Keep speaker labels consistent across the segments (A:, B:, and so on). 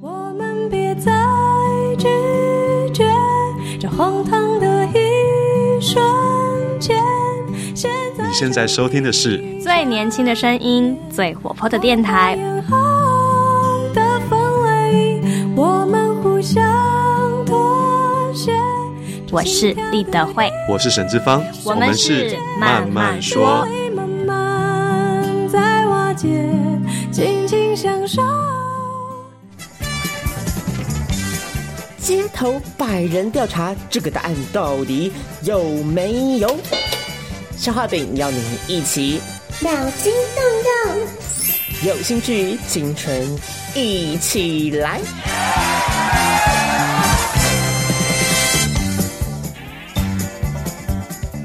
A: 我们别再拒绝这荒唐的一瞬间。现在
B: 你现在收听的是
C: 最年轻的声音，最活泼的电台。
A: 眼红的氛围，我们互相妥协。
C: 我是立德惠，
B: 我是沈志芳，
C: 我们是慢慢说
A: 所以慢慢在瓦解，尽情享受。
D: 街头百人调查，这个答案到底有没有？消化饼邀您一起
E: 脑筋动动，
D: 有兴趣，青春一起来。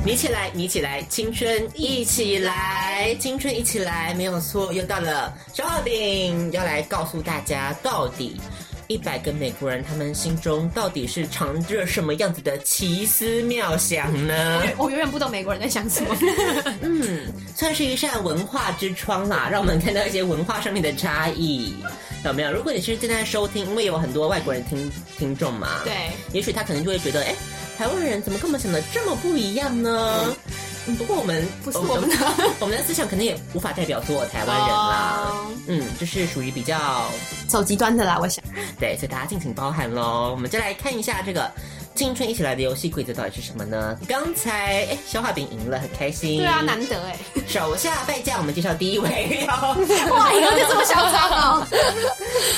D: 你起来，你起来，青春一起来，青春一起来，没有错，又到了消化饼要来告诉大家，到底一百个美国人他们心中到底是藏着什么样子的奇思妙想呢？嗯
F: 我永远不懂美国人在想 什么。
D: 算是一扇文化之窗啦，让我们看到一些文化上面的差异，有没有？如果你是正在收听，因为有很多外国人听听众嘛，
F: 对，
D: 也许他可能就会觉得，哎、台湾人怎么跟我们想的这么不一样呢？嗯不过我们
F: 不是我们的，
D: 我们的思想肯定也无法代表所有台湾人啦。
F: 哦
D: 嗯，就是属于比较
F: 走极端的啦，我想。
D: 对，所以大家敬请包涵喽。我们就来看一下这个青春一起来的游戏规则到底是什么呢？刚才哎，消化饼赢了，很开心。
F: 对啊，难得哎，
D: 手下败啊将，我们介绍第一 位，
F: 哇，以后就这么嚣张 哦。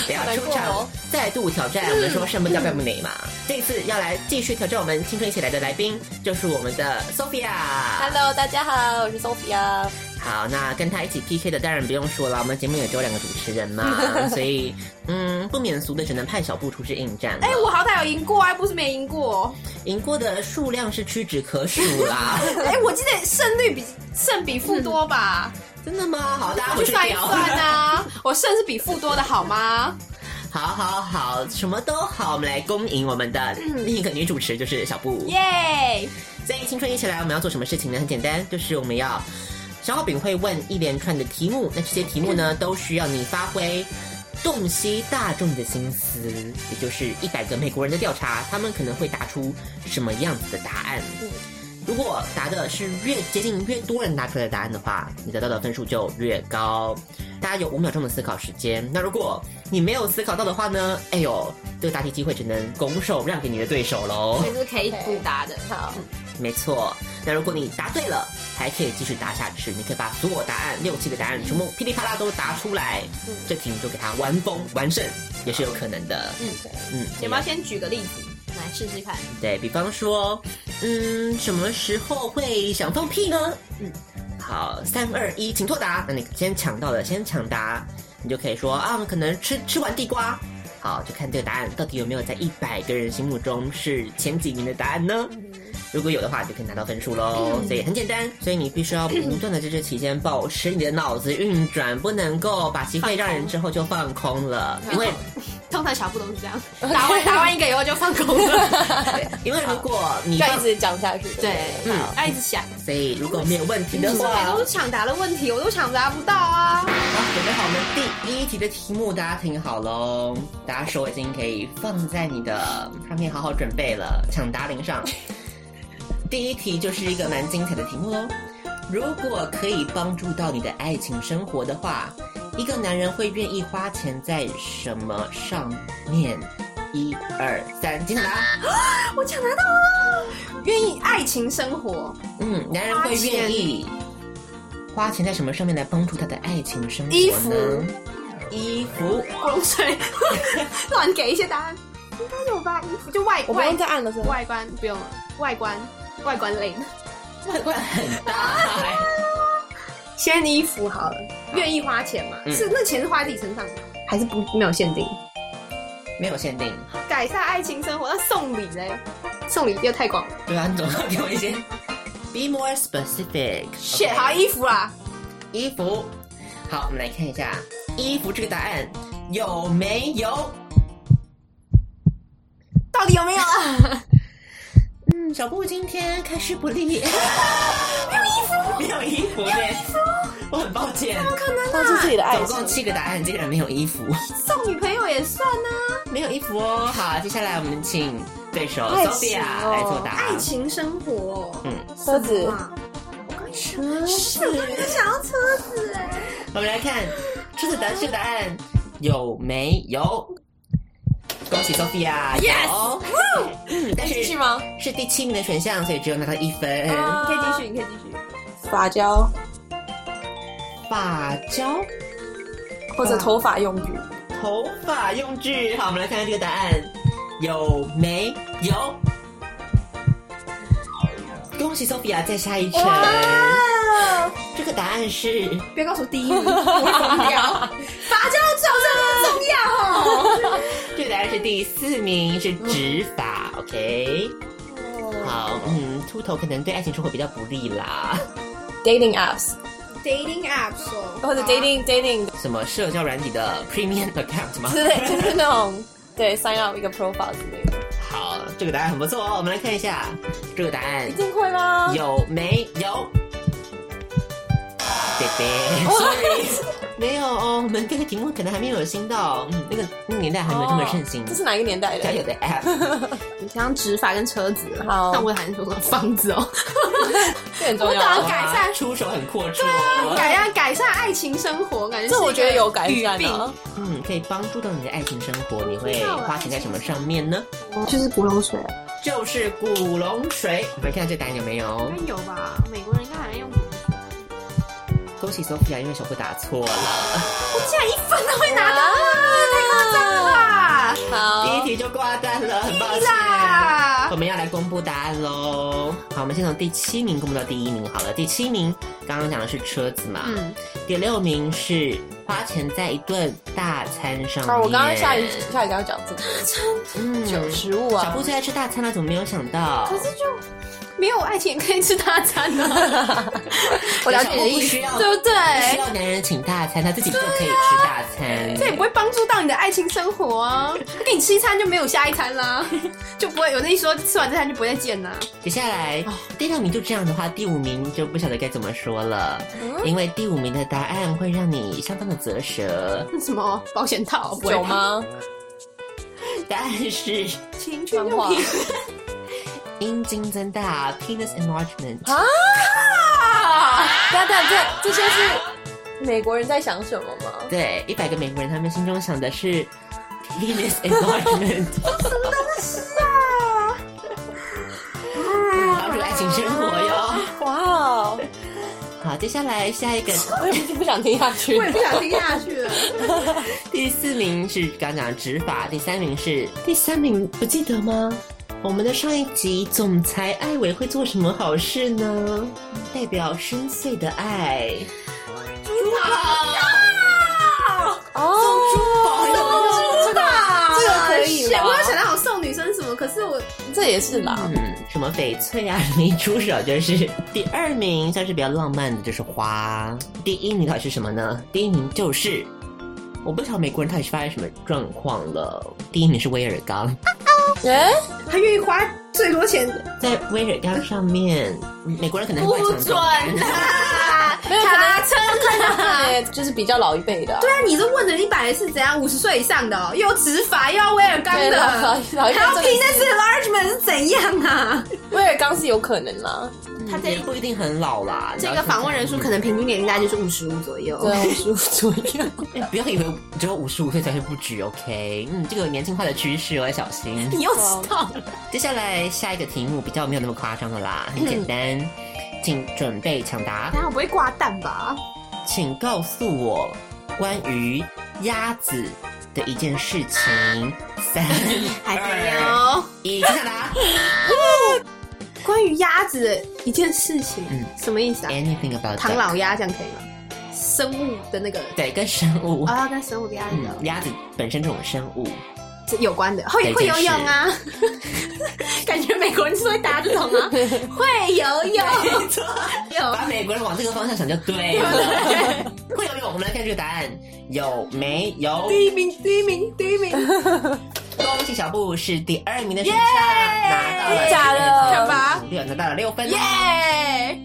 D: 不要出场，再度挑战我们说胜不骄，败不馁嘛。这次要来继续挑战我们青春一起来的来宾，就是我们的 Sophia。
C: Hello，大家好，我是 Sophia。
D: 好，那跟他一起 PK 的当然不用说了，我们节目也只有两个主持人 嘛，所以嗯，不免俗的只能派小布出去应战了。
F: 哎，我好歹有赢过啊，不是没赢过。
D: 赢过的数量是屈指可数 啦。
F: 哎，我记得胜率比胜比负多吧？
D: 真的吗？好，大家
F: 我
D: 回
F: 去
D: 去
F: 算一
D: 聊。
F: 算啊，我胜是比负多的好吗？
D: 好好好，什么都好，我们来恭迎我们的 另一个女主持，就是小布。
F: 耶！
D: 在青春一起来，我们要做什么事情呢？很简单，就是我们要小浩饼会问一连串的题目，那这些题目呢，都需要你发挥洞悉大众的心思，也就是一百个美国人的调查，他们可能会答出什么样子的答案。如果答的是越接近越多人答出来的答案的话，你得到的分数就越高。大家有五秒钟的思考时间。那如果你没有思考到的话呢？哎呦，这个答题机会只能拱手让给你的对手喽。
F: 是可以补答的，好，
D: 没错，那如果你答对了，还可以继续答下去。你可以把所有答案、六七个答案全部噼里啪啦都答出来，这题你就给它完封完胜，也是有可能的。嗯嗯，
F: 有没有先举个例子来试试看？
D: 对比方说，嗯，什么时候会想放屁呢？嗯，好，三二一，请作答。那你先抢到的，先抢答，你就可以说啊，我们可能吃吃完地瓜。好，就看这个答案到底有没有在一百个人心目中是前几名的答案呢？如果有的话，你就可以拿到分数喽。所以很简单，所以你必须要不断的在这期间保持你的脑子运转，不能够把机会让人之后就放空了，因为
F: 通常小布都是这样，打完打完一个以后就放空了，
D: 对因为如果你
G: 就
D: 放
G: 一直讲下去。
F: 对，
D: 嗯
F: 要一直想。
D: 所以如果没有问题的
F: 可是
D: 话
F: 每，都是抢答的问题，我都抢答不到啊！
D: 好，准备好我们第一题的题目，大家听好喽！大家手已经可以放在你的上面，好好准备了，抢答铃 上。第一题就是一个蛮精彩的题目喽。如果可以帮助到你的爱情生活的话，一个男人会愿意花钱在什么上面？一二三， 请抢答。
F: 我抢答到了，愿意爱情生活，
D: 嗯，男人会愿意花钱在什么上面来帮助他的爱情生活呢？
F: 衣服
D: 衣服。
F: 光水， 乱给一些答案，应该有吧？衣服就外
G: 我不
F: 外
G: 用再按了是吗？
F: 外观不用了，外观外观类的，
D: 外观 很大，
F: 先衣服好了，愿意花钱嘛？
D: 嗯
F: 是那钱是花在自己身上吗？还是不没有限定？
D: 没有限定。
F: 改善爱情生活，那送礼嘞？送礼又太广了。
D: 对啊，你总要给我一些。Be more specific。
F: shit，好衣服啊啦，
D: 衣服。好，我们来看一下衣服这个答案有没有？
F: 到底有 没有啊？
D: 嗯，小布今天开始不利。 没有衣服，没有衣服耶！我很抱歉，啊
G: 都是自己的爱
D: 总共
G: 情。
D: 七个答案竟然没有衣服。
F: 送女朋友也算啊？
D: 没有衣服哦。好，接下来我们请对手
G: 爱
D: Sophia
G: 情哦
D: 来作答。
F: 爱情生活，
D: 嗯
F: 什么
G: 车
F: 啊
G: 子
F: 车子，我就想要车子哎，
D: 我们来看这次答这个答案有没有？恭喜 Sophia，有。嗯， 但是
G: 继续吗？
D: 是第七啊名的选项，所以只有拿到一分。
F: 你可以继续，你可以继续。
G: 发胶
D: 发胶、
G: 或者头发用具，
D: 头发用具。好，我们来看看这个答案有没有？恭喜 Sophia 再下一城。这个答案是
F: 不要告诉我第一名，我会疯 掉。发胶照这么重要哦。
D: 这个答案是第四名，是执法。OK，好，嗯，秃头可能对爱情生活比较不利啦。
G: dating apps
F: Dating apps 哦
G: 或者 dating dating
D: 什么社交软体的 Premium Account 吗？
G: 之类， 就是那种对 sign up 一个 profile 之类的，
D: 好，这个答案很不错哦。我们来看一下这个答案
G: 一定会吗？
D: 有没有？贝贝，sorry，没有哦。我们这个题目可能还没有新到，嗯，那个那个年代还没有这么盛行。
G: 哦这是哪一个年代
D: 交友
G: 的？
D: 的 app，
H: 你像执法跟车子，
F: 嗯
G: 好
H: 那我喊什么房子哦？
G: 这很重要
F: 我
G: 啊。
F: 懂改善
D: 出手很阔绰，
F: 改善改善爱情生活，感觉
G: 这我觉得有改
F: 善
G: 善啊，
D: 嗯，可以帮助到你的爱情生活。你会花钱在什么上面呢？
H: 就是古龙水，
D: 就是古龙水。我们看看这答案有没有
F: 应？该有吧？美国人应该还在用古龙水。
D: 恭喜 Sophia，因为小慧答错了，
F: 我竟然一分都会拿到，太夸张了吧！
D: 第一
G: 好，
D: 题就挂断了，很抱
F: 啊
D: 歉。
F: 啦
D: 我，们要来公布答案喽。好，我们先从第七名公布到第一名好了。第七名刚刚讲的是车子嘛，
H: 嗯，
D: 第六名是花钱在一顿大餐上面。
G: 哦，我刚刚下雨下雨刚刚讲这个
D: 嗯，
G: 酒食物
D: 小
G: 啊
D: 布，最爱吃大餐了，怎么没有想到？可是
F: 没有爱情也可以吃大餐的，
H: 我了
D: 小
H: 解
D: 布
H: 你的
D: 不
H: 意思。
D: 需要，
F: 对不
D: 不需
F: 对？
D: 要男人请大餐，他自己就可以吃大餐。
F: 哎这也不会帮助到你的爱情生活啊！他给你吃一餐就没有下一餐啦，就不会有那一说吃完这餐就不会再见啦。
D: 接下来第六名就这样的话，第五名就不晓得该怎么说了，因为第五名的答案会让你相当的啧舌。
F: 那什么保险套？啊不会吧
G: 酒？吗？
D: 答案是
F: 情趣
G: 漫
F: 用
G: 画
F: 品？
D: 阴茎增大 （penis enlargement）。
G: 啊？等等，这这些是美国人在想什么吗？
D: 对，一百个美国人，他们心中想的是 penis enlargement。帮助爱情生活哟。
G: 哇哦，
D: 好，接下来下一个
G: 我也不不想听下 去
F: 我。也不想听下 去了。
D: 第四名是刚刚讲的执法，第三名是第三名不记得吗？我们的上一集总裁艾维会做什么好事呢？代表深邃的爱，
G: 哦，
F: 知道，
G: 这个可以吗
F: 我有想到我送女生什么，可是我
G: 这也是啦。
D: 嗯，什么翡翠啊，什么一出手就是第二名，算是比较浪漫的，就是花。第一名到底是什么呢？第一名就是我不晓得美国人到底是发生什么状况了。第一名是威尔 刚，
G: 哎，
F: 还嗯愿意花最多 钱，
D: 在威尔刚上面，美国人可能会抢购单。
G: 啊没有可能真 的， 就是比较老一辈的啊。
F: 对啊，你这问的你摆的是怎样？五十岁以上的、哦，又有执法，又要威尔刚
G: 老
F: 的，
G: 老老一
F: 还要
G: 辈
F: 凭
G: 真
F: 那
G: 的
F: 是 enlargement 是怎样啊？
G: 威尔刚是有可能啦，
F: 他
D: 也不一定很老啦。
F: 这个访问人数可能平均年龄大概就是五十五左右。
G: 对，五十五左右。
D: 能 不要以为只有五十五岁才会不举，OK？嗯，这个有年轻化的趋势我要小 心。
F: 你又知道
D: 接下来下一个题目比较没有那么夸张了啦，
F: 嗯
D: 很简单，请准备抢答，
F: 然后不会挂蛋吧？
D: 请告诉我关于鸭子的一件事情。 三
F: 还没
D: 二
F: 有。
D: 一，请抢答。
F: 关于鸭子的一件事情，
D: 嗯
F: 什么意思啊？
D: Anything about
F: 唐
D: duck
F: 老鸭这样可以吗？生物的那个
D: 对，跟生物，
F: 啊，跟生物的鸭子哦
D: 嗯，鸭子本身这种生物，
F: 这有关的，会
D: 对
F: 会游
D: 这是
F: 泳啊， 感觉美国人是会答这种啊，会游 泳，有
D: 把美国人往这个方向想就对 了。会游泳，我们来看这个答案有没有？
F: 第一名，第一名，第一名，
D: 恭喜小布是第二名的选项，拿到了
G: 假的
F: 干嘛？
D: 六拿到了六分
F: 耶！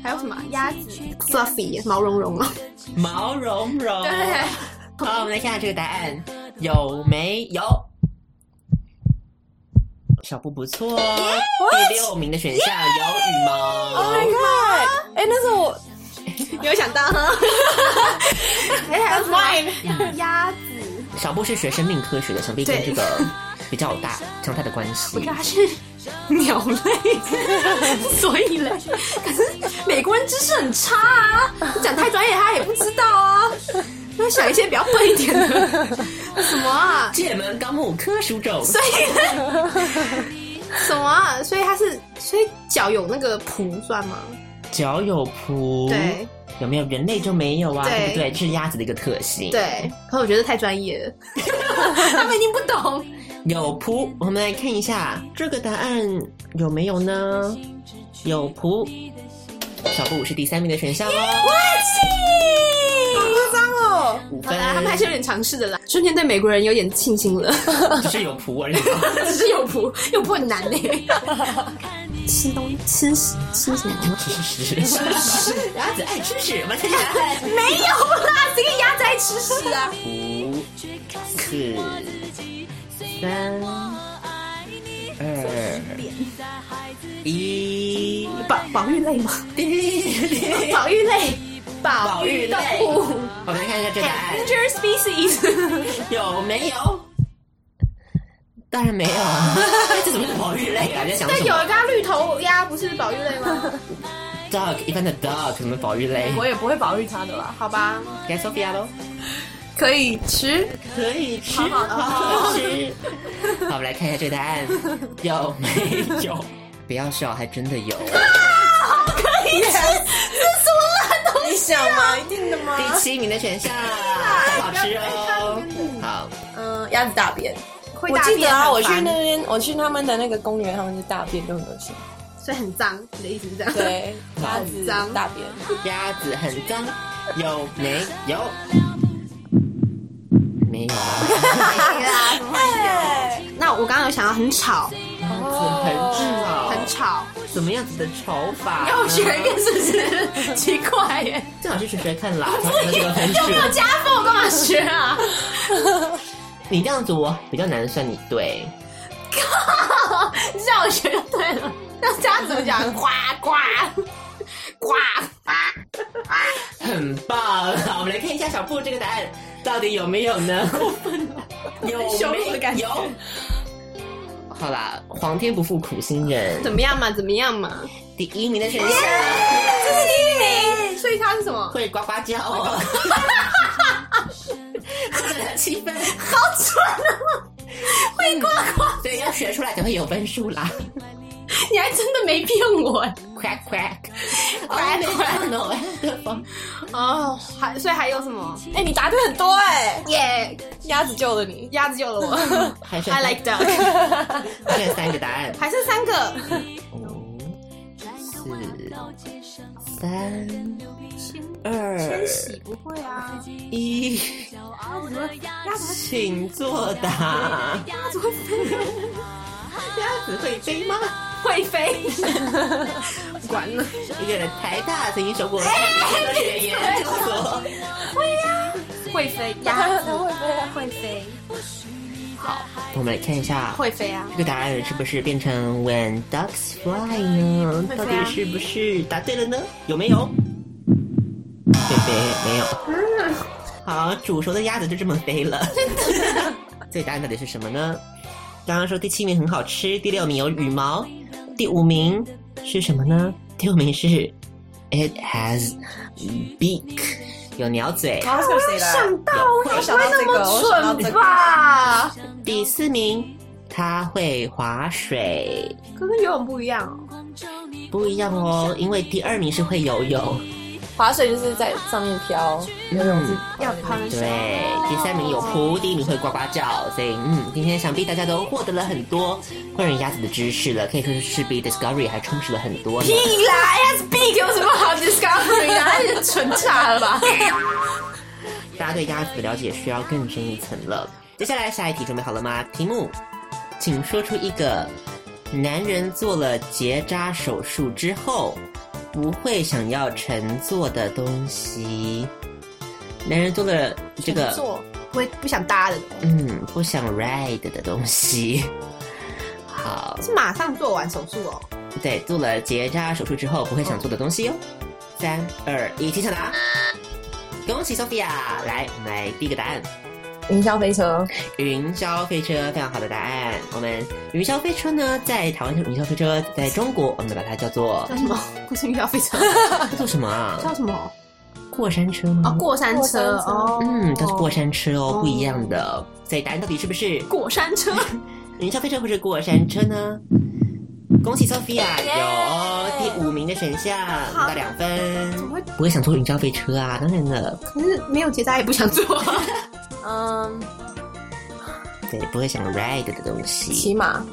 F: 还有什么啊鸭子？fluffy 毛茸茸啊，
D: 毛茸茸。
F: 对，
D: 好，我们来看看这个答案有没有？小布不错哦。第六名的选项有羽
F: Oh
D: 毛。
G: 哎、那时候我
F: 有想到哈，哎，还有什么鸭子？
D: 小布是学生命科学的，想必跟
F: 对
D: 这个比较有大 强大的关系。
F: 它是鸟类，所以嘞，可是美国人知识很差啊，你讲太专业他也不知道啊。要想一些比较笨一点的，什么啊？
D: 界门纲目科属种，
F: 所以什么啊？所以它是，所以脚有那个蹼算吗？
D: 脚有蹼，
F: 对，
D: 有没有人类就没有啊，
F: 对
D: 对不对？这是鸭子的一个特性。，
F: 对，可我觉得太专业了，他们一定不懂。
D: 有蹼，我们来看一下这个答案有没有呢？有蹼，小布是第三名的选项哦，五
F: 哦好
D: 分，
F: 啦，他们还是有点尝试的啦。瞬间对美国人有点庆幸 了，
D: 只是有蹼而已。
F: 只是有谱，有谱很难呢、吃东西吃吃什么？
D: 鸭子爱吃屎，我们看一下答案
F: 没有啦，这个鸭子爱吃屎啊！
D: 五、四、三、 二、一，
F: 保保育类吗？ 保育类，保育动物
D: 我们来看一下这答案
F: ，endangered species。
D: 有没有？当然没 有，这怎么是保育类啊？你在想
F: 但
D: 什
F: 有
D: 么
F: 一个绿头鸭不是保育类 吗？
D: ？dog 一般的 dog 怎么保育类？
G: 我也不会保育它的啦。
F: 好吧，
D: 给 Sophia 喽，
F: 可以吃。
D: 可以吃，好吃。好，我们来看一下这个答 案有没有？不要笑，还真的有。
G: 你想嘛，一定的吗？
D: 第七名的选项，好好吃哦。好，
G: 嗯，鸭子大便。
F: 会
G: 我
F: 大
G: 记
F: 便
G: 得啊，
F: 很
G: 我去
F: 烦
G: 那边，我去他们的那个公园，他们就大便都很恶心。
F: 所以很脏，你的意思是这 样？
G: 对， 鸭子
F: 脏
G: 大便，
D: 鸭子很脏，有没 有？没有啊，
F: 那我刚刚有想到很吵，
D: 鸭子哦很吵，
F: 很吵，
D: 什么样子的吵法？
F: 要我学一遍是不是？奇怪耶，
D: 最好是学学看啦，他们这个分
F: 要
D: 数
F: 不，要加分？我干嘛学啊？
D: 你这样子我比较难算你对。
F: 你让我学就对了。要加怎么讲？呱呱呱！
D: 很棒，好，我们来看一下小布这个答案到底有没有呢？过分了，有
F: 羞
D: 没
F: 辱的感觉
D: 有？好啦，皇天不负苦心人，
F: 怎么样嘛？怎么样嘛？
D: 第一名的选项
F: 所以它是什么？
D: 会呱呱
F: 啊
D: 叫哦，获得了七分，
F: 好蠢啊！会呱呱，
D: 所以要学出来才会有分数啦。
F: 你还真的没骗我耶
D: Quack quack，
F: Quack, quack.
D: no，
F: 哦！还所以还有什么？
G: 哎、你答对很多哎、
F: 耶！
G: 鸭子救了你。
F: 鸭子救了我
D: 还剩
F: ，I like duck。
D: 还剩三个答案，
F: 还剩三个，
D: 五、四、三、二、
F: 不会啊？
D: 一，请作 答。
F: 鸭子会飞吗？
D: 鸭子会飞吗？
F: 会飞，不管了。
D: 一个台大曾经受过科学研究所。
F: 会飞，鸭子
G: 会飞啊！
F: 会飞，
D: 我们来看一下，
F: 会飞啊！
D: 这个答案是不是变成 When ducks fly 呢？
F: 会飞啊
D: 到底是不是答对了呢？有没有？菲菲没有。好，煮熟的鸭子就这么飞了。所以答案到底是什么呢？刚刚说第七名很好吃，第六名有羽毛，第五名是什么呢？第五名是 It has beak，有鸟嘴。
G: 我有想到，我想到这个，我想到这个。
F: 吧？
D: 第四名，它会划水。
F: 可跟游泳不一样哦。
D: 不一样哦，因为第二名是会游泳，嗯
G: 划水就是在上面飘，游泳是
F: 要抛的
D: 对，第三名有扑，第一名会呱呱叫，所以嗯，今天想必大家都获得了很多关于鸭子的知识了，可以说是比 Discovery 还充实了很多呢。
F: 屁啦，S B 有什么好 discovery 啊？太蠢差了吧？
D: 大家对鸭子的了解需要更深一层了。接下来下一题准备好了吗？题目，请说出一个男人做了结扎手术之后不会想要乘坐的东西。男人做了这个
F: 做不会不想搭的，
D: 嗯，不想 ride 的东西。好，
H: 是马上做完手术哦。
D: 对，做了结扎手术之后不会想做的东西哦。三二一，请抢答！恭喜 Sophia！来，我们来第一个答案，
G: 云霄飞车，
D: 云霄飞车，非常好的答案。我们云霄飞车呢，在台湾是云霄飞车，在中国我们把它叫做
H: 叫什么？过山要非常
D: 叫做什么 啊？
H: 叫什么？
D: 过山车吗？
H: 哦，过山车
G: 过山车
H: 哦。
D: 嗯，它是过山车哦，不一样的。所以答案到底是不是
F: 过山 车，
D: 云霄飞车或是过山车呢？恭喜 Sophia 有哦第五名的选项，拿到两分
H: 么会。
D: 不会想坐云霄飞车啊，当然了，
H: 可是没有结扎也不想 做。
G: 嗯，
D: 对，不会想 ride 的东
G: 骑
D: 西，哎
G: 马，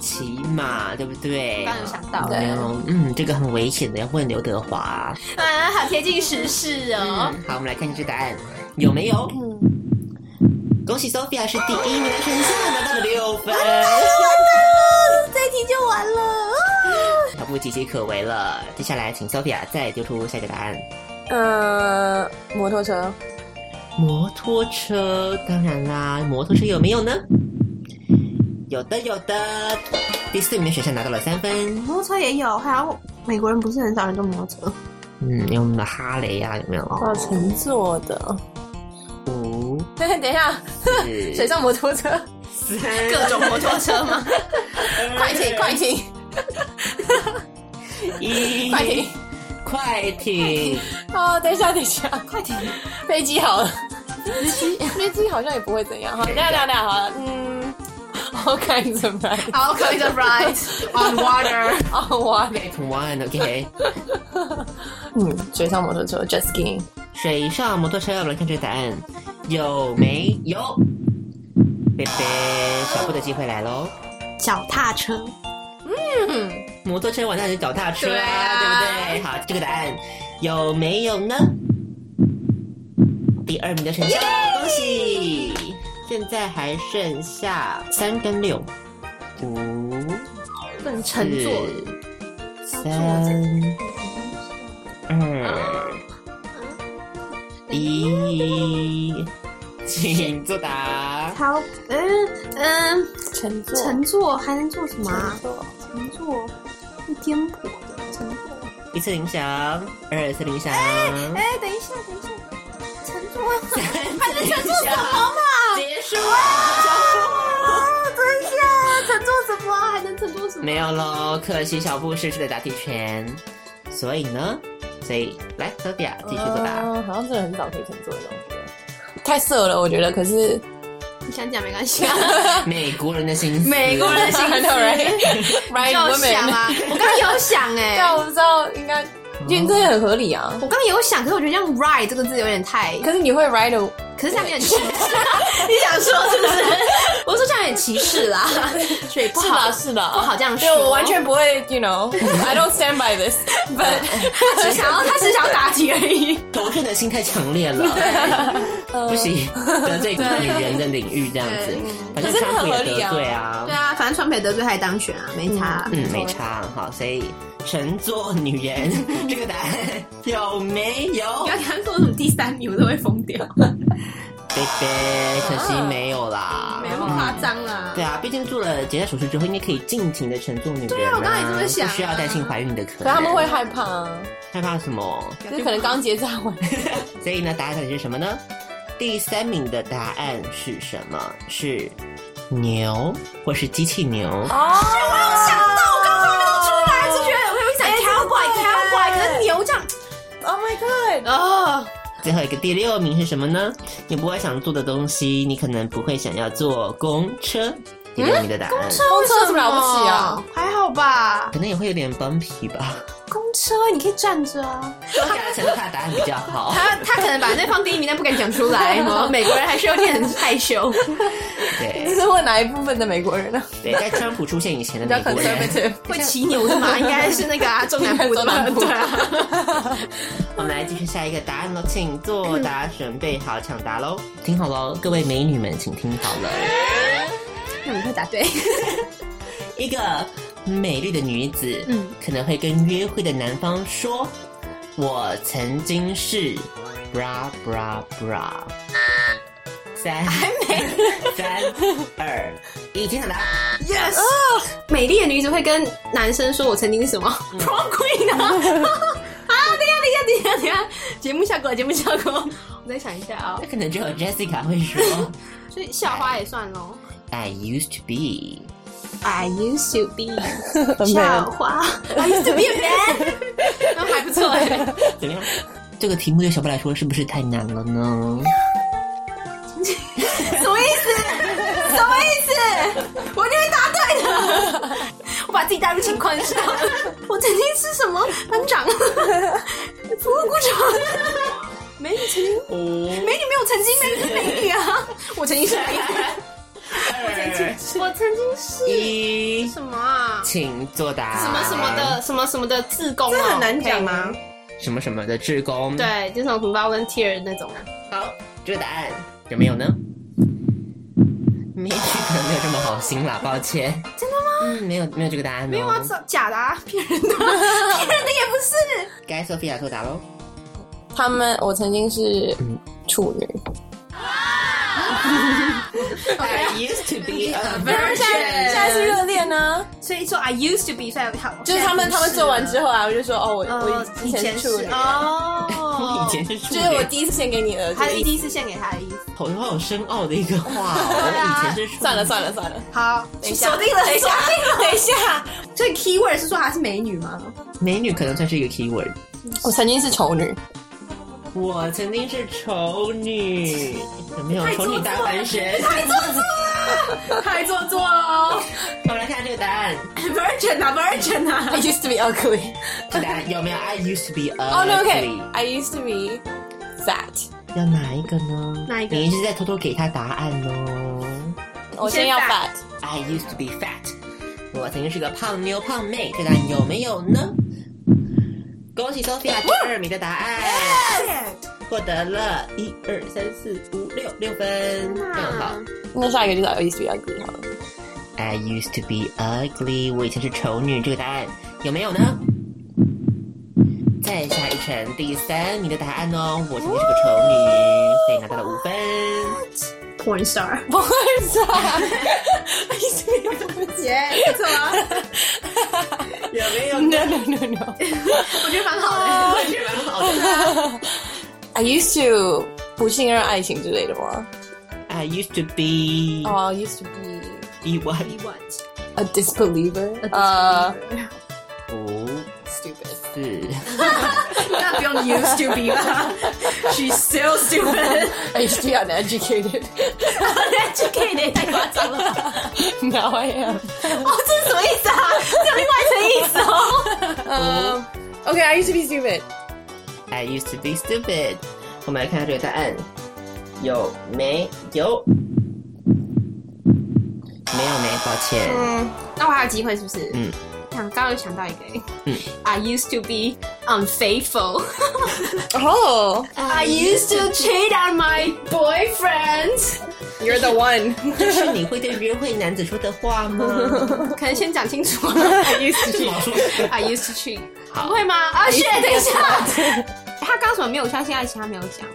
D: 骑马对不对？
H: 当然想到
G: 对
D: 没有，嗯，这个很危险的，要问刘德华。
F: 啊，好贴近时事哦。嗯
D: 嗯，好，我们来看这个答案有没有？恭喜 Sophia 是第一名的选项，拿到了六分。
F: 啊这一题就完了。啊
D: 小布岌岌可危了。接下来，请 Sophia 再丢出下一个答案。
G: 呃，摩托车，
D: 摩托车，当然啦，摩托车有没有呢？有的，有的。第四名的选项拿到了三分。
H: 摩托车也有，还有美国人不是很少人坐摩托车。
D: 嗯，有我们的哈雷啊呀、有没有？
G: 哦，乘坐的。
D: 五、
G: 嘿 嘿，等一下，
D: 四
G: 水上摩托车，
F: 各种摩托车吗？
G: 快停快停！
D: 一，
G: 快停！
D: 快艇！
G: 哦，等一下等一下，快停！飞机好了，飞机飞机好像也不会怎样。好，等一下等一下好了，嗯，我看你怎么办。
H: 好，可以的，right on water。
G: 哦，哇，
D: Come on，OK、
G: 嗯，水上摩托车 jet skiing，
D: 水上摩托车，我们来看这个答案有没有？贝贝，小布的机会来喽！
H: 脚踏车，
D: 摩托车完蛋是脚踏车，
F: 对啊
D: 对不对？好，这个答案有没有呢？第二名的选项，恭喜！现在还剩下三跟六，五
H: 不能嗯乘
D: 四
H: 坐。
D: 三二一，请作答。
H: 好，嗯嗯，
G: 乘坐
H: 乘坐还能做什么啊？乘坐是颠簸的乘坐。
D: 一次铃响，二次铃响，
H: 哎，等一下，等一下，乘坐啊
D: 三次铃响，结束了。
H: 啊！等一下，乘坐什么啊？还能乘坐什么？
D: 没有喽，可惜小布失去了答题权。所以呢，所以来 Sophia 继续作答。
G: 嗯，好像真的很少可以乘坐的东西。太色了，我觉得。可是
H: 你想讲没关系啊。
D: 美国人的心思，
F: 美 国人的心思
G: right
F: 要想
G: women，
F: 啊，我刚刚有想哎、
G: 对啊，我不知道应该，因为这也很合理啊。
H: 我刚刚有想，可是我觉得用 “ride” 这个字有点太，
G: 可是你会 ride a
H: 可是这样有点 奇怪。
F: 你想说是不是？ 我说这样有点歧视啦，所以不
G: 是
F: 好
G: 吧？是吧？
F: 不好这样说。
G: 对我完全不会，you know，I don't stand by this，but
F: 只想要，他只想要答题而已。
D: 投射的心太强烈了， 不行，得罪女人的领域这样子，反正川普也得罪啊
H: 对，啊，反正川北得罪还当选啊，没差。
D: 嗯，没差，好，所以乘坐女人 这个答案有没有
H: 你？要他说什么第三名，我都会疯掉，
D: 贝贝，可惜没有啦，
H: 没那么夸张啊。
D: 对啊，毕竟做了结扎手术之后，应该可以尽情的乘坐女人、啊。对
H: 啊我刚才也这么想啊
D: 不需要担心怀孕的可能。
G: 可 他们会害怕啊，
D: 害怕什么？
G: 就可能
F: 啊
G: 刚结扎完，
D: 所以呢，答案到底是什么呢？第三名的答案是什么？是牛，或是机器牛？
H: 哦哎
F: 还是觉得哎我会想挑拐挑拐，可是牛这样
G: Oh my god！
F: 哦，
D: 最后一个第六名是什么呢？你不会想做的东西，你可能不会想要坐公车。
H: 嗯
D: 第六名的答案，
H: 哦
F: 哦
G: 公车有什么了不起啊？
H: 还好吧，
D: 可能也会有点 bumpy 吧。
H: 公车你可以站着啊。
D: 大家承认他的答案比较好。
F: 他他可能把那放第一名，但不敢讲出来。哦美国人还是有点害羞。
G: 你
D: 对
G: 是问哪一部分的美国人呢？
D: 对，在川普出现 以前的
G: 比较
D: 美国人。
G: conservative，
H: 会骑牛的嘛，应该是那个啊，中南部的嘛，对啊。
D: 我们来继续下一个答案喽，请作答，准备好抢答喽！听好喽，各位美女们，请听好了，
H: 那
G: 嗯
H: 你会答对，
D: 一个美丽的女子，嗯，可能会跟约会的男方说：“我曾经是 bra bra bra。”三 三，还没，三二一，请抢答。
F: Yes，
G: 哦美丽的女子会跟男生说：“我曾经是什么 prom queen 啊？”啊，等一下，等一下，等一下，等一下，节目效果，节目效果，我再想一下啊、
D: 那可能只有 Jessica 会说
G: 所以校花也算喽。
D: I used to be。
G: I used to be
F: 校花，
G: I used to be a man，那还不错哎、
D: 怎么样？这个题目对小白来说是不是太难了呢？
G: 什么意思？什么意思？我一定会答对的。我把自己带入情况下，我曾经是什么班长？服务股长？美女曾经，美女没有曾经，美女是美女啊！我曾经是美女，哎我曾经是
D: 一，
G: 什么啊？
D: 请作答。
G: 什么什么的，什么什么的自工、这很难讲啊吗？
D: 什么什么的志工？，
G: 对，就那种 volunteer 那种啊。
D: 好，这个答案有没有呢？没有，可能没有这么好心啦，抱歉。真的吗？嗯，没有，没有这个答案、哦。没
G: 没有啊，这假的、啊，骗人的，骗人的也不是。
D: 该 Sophia 作答喽。
I: 他们，我曾经是处女，
D: I used to be a
G: 下
I: 现在是热恋呢，
F: 所以说 I used to be 非常好，
I: 就是他们他们做完之后啊，我就说哦，我我
F: 哦
I: 之前是处女，
D: 我以前是处
I: 就是我
D: 女，
I: 第一次献给你的，
F: 他
I: 就
F: 的
I: 是
F: 第一次献给他的意思。
D: 好好有深奥的一个话哦。我以前是
G: 啊
D: 处女
I: 算了算了算了，
F: 好，
I: 等一下
F: 锁定了，等一下，
I: 等一下，
F: 所以 keyword 是说她是美女吗？
D: 美女可能算是一个 keyword。
I: 我曾经是丑女，
D: 我曾经是丑女，有没有丑女大翻身？
F: 太做 作了
D: 我们来看这个答案，
F: ，virgin 啊 virgin 啊，
I: I used to be ugly。
D: 这答案有没有 I used to be ugly？
I: 哦、o k I used to be fat。
D: 要哪一个呢？
F: 哪一个
D: 你一直在偷偷给他答案哦。
I: 我先要 fat。
D: I used to be fat，我曾经是个胖妞胖妹，这答案有没有呢？恭喜 Sophia 第二名的答案，获得了一二三四五六六分，非常好。
I: 那下一个就是 I used to be ugly 好了。
D: I used to be ugly，我以前是丑女，这个答案有没有呢？再下一层，第三名的答案哦，我曾经是个丑女，所以拿到了五分。
F: porn star，
I: 不会是啊 I used to be ugly。
F: 耶，不错啊，
D: 有没有？
I: No no no no。
F: 我觉得蛮好的。
I: I used to 不信任爱情之类的吗？
D: I used to be
I: 哦、i used to be
D: be what？
I: a disbeliever。呃 Uh,
D: 五
I: ，stupid。
D: 四，
F: 那不用 used to be 吧 ，she's still stupid。
I: I used to be uneducated.
F: Uneducated 太夸张了吧？
I: Now I am.
F: 哦，
D: Oh,
F: 这是什么意思啊？这有另外一层意思哦。
I: Um, okay, I used to be stupid.
D: I used to be stupid。我们来看看这个答案有没有？没有没，抱歉。
F: 嗯，那我还有机会是不是？
D: 嗯
F: 嗯，想刚刚又想到一个、欸，
D: 嗯
F: 嗯，I used to be unfaithful.
I: Oh,
F: I used to cheat on my boyfriend.
I: you're the one.
D: 这是你会对约会男子说的话吗？
F: 可能先讲清楚，I used to
D: 说
F: I used to cheat. 不会吗？啊，是，等一下， 他刚什么没有相信爱情？他没有讲。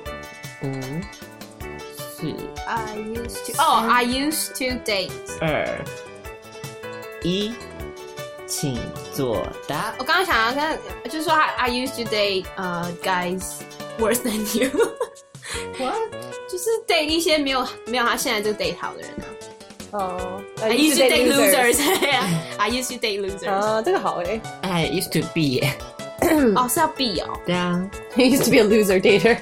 D: 五、四、
F: I used to 哦、i used to date.
D: 二、一，请作答。
F: 我刚刚想要跟，就是说他 I used to date 呃、guys worse than you. What？就是 date 一些没有没有他现在这个 date 好的人啊。
I: 哦
F: I used to date losers. I used to date losers.
I: 啊，这个好哎。
D: I used to be，
F: 哦，是要 B 哦，
D: 对 啊，
I: I used to be a loser dater.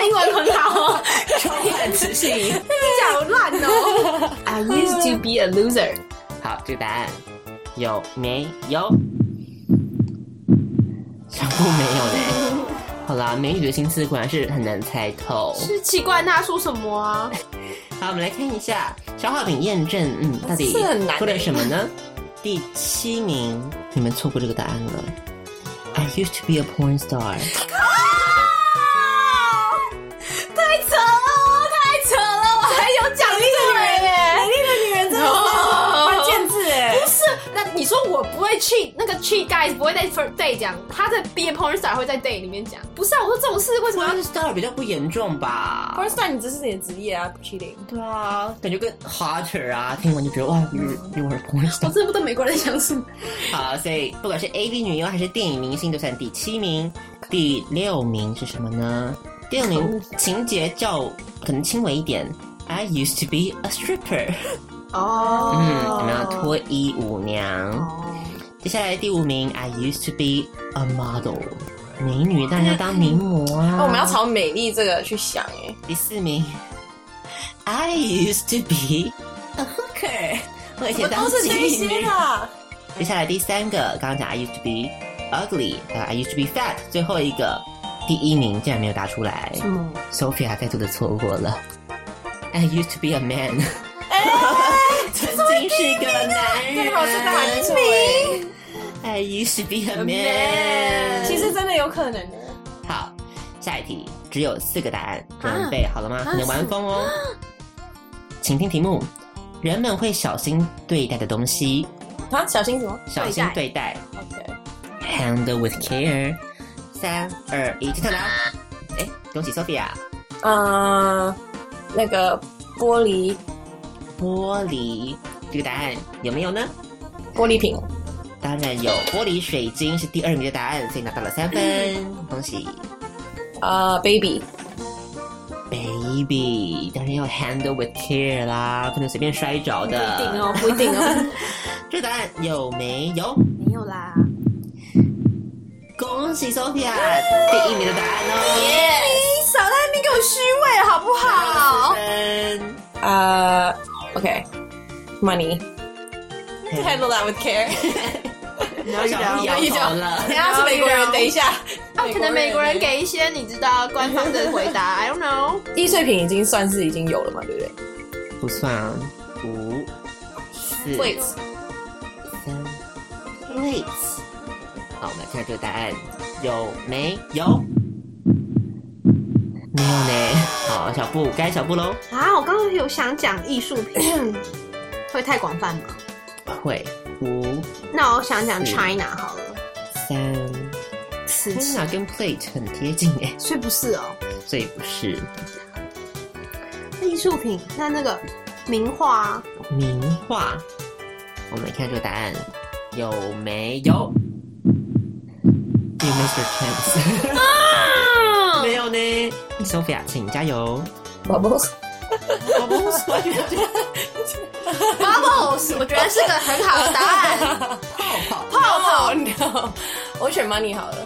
F: 英文很好哦，
D: 充满自信。
F: 好烂哦。I used to be a loser.
D: 好，这个答案有没有？全部没有嘞。好啦，美女的心思果然是很难猜透。
F: 是奇怪，那他说什么啊？
D: 好，我们来看一下消耗品验证，嗯，到底
I: 这很难欸
D: 说了什么呢？第七名，你们错过这个答案了。I used to be a porn star。
F: 太扯了，太扯了，我还有奖励的女人耶，
I: 美丽的女人真的是关键字哎。
F: 不是，那你说我不会会去那个 cheat guys 不会在 first day 讲，他在毕业 porn star 会在 day 里面讲。不是啊，我说这种事为什么要
D: Porn star 比较不严重吧
I: p o r？n star 你只是你的职业啊，不 cheating。
D: 对啊，感觉跟 hotter 啊，听完就觉得哇，你你我是 porn
F: 我
D: star。
F: 真的不懂美国人在想什么。
D: 好，所以不管是 AV 女优还是电影明星，都算第七名。第六名是什么呢？第六名情节较可能轻微一点。I used to be a stripper。
H: 哦
D: 嗯，怎么样？脱衣舞娘。接下来第五名，I used to be a model。美女当然要当名模啊。
I: 那哦我们要朝美丽这个去想哎。
D: 第四名，I used to be a hooker。我以前当妓女。
I: 啊。
D: 接下来第三个，刚刚讲 I used to be ugly，呃，I used to be fat，最后一个第一名竟然没有答出来，Sophia 再度的错过了。I used to be a man，、曾经是一个男人。
I: 啊好是大错哎，
D: I used to be a man。
I: 其实真的有可能的。
D: 好，下一题只有四个答案，准
I: 啊
D: 备好了吗？你的玩疯哦。请听题目：人们会小心对待的东西，
I: 啊，小心什么
D: 小心对待。
I: ？OK，
D: handle with care。三二一，听到了。
I: 啊
D: 哎，恭喜 Sophia，
I: 嗯，那个玻璃
D: 玻璃这个答案有没有呢？
I: 玻璃瓶，
D: 当然有，玻璃水晶是第二名的答案，所以拿到了三分，恭喜
I: 呃，baby，
D: baby。当然要 handle with care 啦，不能随便摔着的。
I: 顶哦，不一定哦。
D: 这答案有没有？
G: 没有啦，
D: 恭喜 Sophia，第一名的答案哦，
I: 哎
F: 你少在那边给我虚伪好不好？
D: 分。
I: 呃，OK，money，handle that with care。
D: 小不摇头了
I: 等一。下是美国人，等一下，
F: 啊，可能美国人给一些你知道官方的回答，I don't know。
I: 易碎品已经算是已经有了嘛，对不对？
D: 不算啊，五、四、
I: Wait，
D: 三、wait。好，我们来看这个答案有没有？没有呢。好，小布该小布喽。
F: 啊，我刚刚有想讲艺术 品，会太广泛吗？
D: 会五、
F: 那我想讲
D: 是
F: China 好了，
D: 三。
F: 瓷器，
D: 天啊，跟 plate 很贴近哎，
F: 所以不是哦。
D: 所以不是
F: 那艺术品，那那个名画啊，
D: 名画。我们来看这个答案有没有？You missed your chance 。
I: 啊
D: 没有呢，Sophia，请加油。
I: 宝宝，
D: 我不是完全这样
F: Bubbles，我觉得是个很好的答 案。
D: 泡泡。
I: 泡泡，no，我选 money 好了，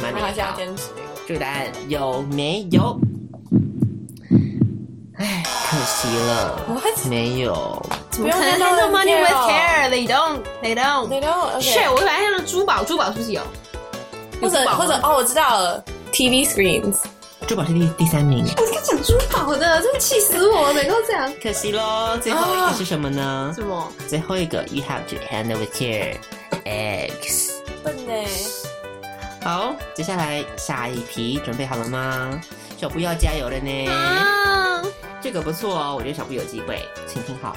D: 蛮
I: 我好像要
D: 好
I: 坚持这个。
D: 这个答案有没有？哎，可惜了
I: What？
D: 没有。
I: 不
F: 可能 handle money with care，they don't
I: They
F: they don't。
I: don't。
F: shit，我本来想珠宝，珠宝是不是有？
I: 或者或者哦，我知道了，TV screens。
D: 珠宝是第第三名，
F: 我跟讲珠宝的，真的气死 我！每个都这样。
D: 可惜喽。最后一个是什么呢？
F: 什么？
I: 啊
D: 最后一个，You have to handle with care. 哎 X。
I: 笨呢？
D: 好，接下来下一题，准备好了吗？小布要加油了呢。
F: 啊，
D: 这个不错哦，我觉得小布有机会，请听好。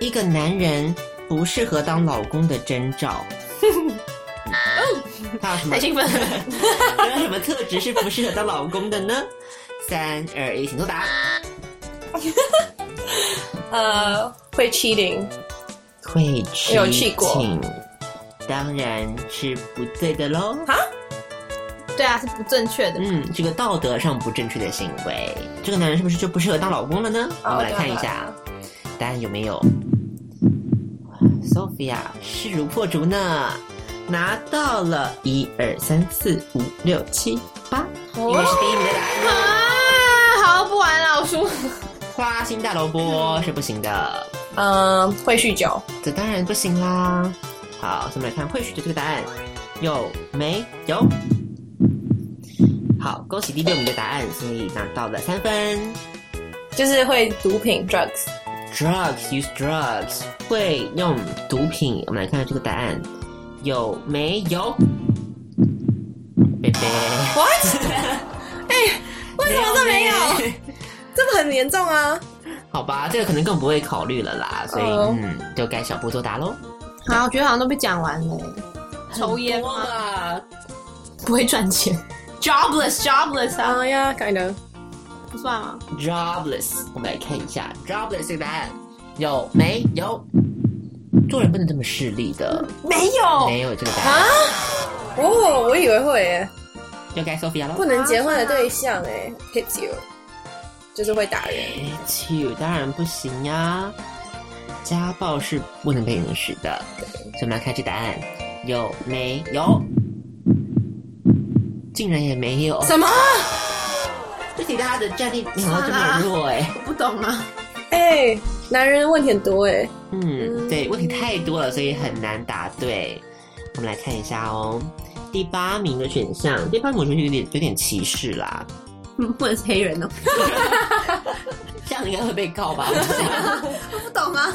D: 一个男人不适合当老公的征 兆，他有什么
F: 太？兴奋 了。
D: 他有什么特质是不适合当老公的呢？三二一，请作答。
I: 呃，会 cheating。
F: 哎
D: 会吃
I: 有去过
D: 请当然是不对的喽。
F: 对啊，是不正确的。
D: 嗯，这个道德上不正确的行为，这个男人是不是就不适合当老公了呢？我们来看一下，答案有没有？Sophia 势如破竹呢，拿到了一二三四五六七八，因为是第一名的答案
F: 啊，好，不玩了，我输。
D: 花心大萝卜是不行的，
I: 嗯，会酗酒。
D: 这当然不行啦。好，所以我们来看会许的这个答案有没有？好，恭喜第六名的答案，所以拿到了三分。
I: 就是会毒品 drugs，
D: drugs use drugs 会用毒品。我们来看看这个答案有没有？贝贝，what？哎、为什么都 没有？
I: 这个很严重啊。
D: 好吧，这个可能更不会考虑了啦，所以、
I: 哦
D: 嗯，就该小布作答喽。
F: 啊，我觉得好像都被讲完了欸。啊
D: 抽烟吗？
F: 不会赚钱，jobless jobless 啊，
G: 啊呀，kind of。
F: 不算吗？
D: jobless，我们来看一下 jobless 这个答案有没有？做人不能这么势利的，
G: 没有
D: 没有这个答案，
G: 哦，我以为会耶，
D: 就该 Sophia 了。
G: 不能结婚的对象哎，hits you，就是会打人。
D: Hate you 当然不行呀、家暴是不能被允许的。所以我们来看这答案有没有？竟然也没有。
G: 什么？
D: 这题大家的战力没想到这么弱哎、
F: 我不懂啊。
G: 哎、男人问题很多哎，
D: 嗯，对，问题太多了，所以很难答对。我们来看一下哦，第八名的选项，第八名我觉得有点有点歧视啦，
F: 嗯， 不能是黑人哦。
D: 这样应该会被告吧？我想
F: 不懂啊。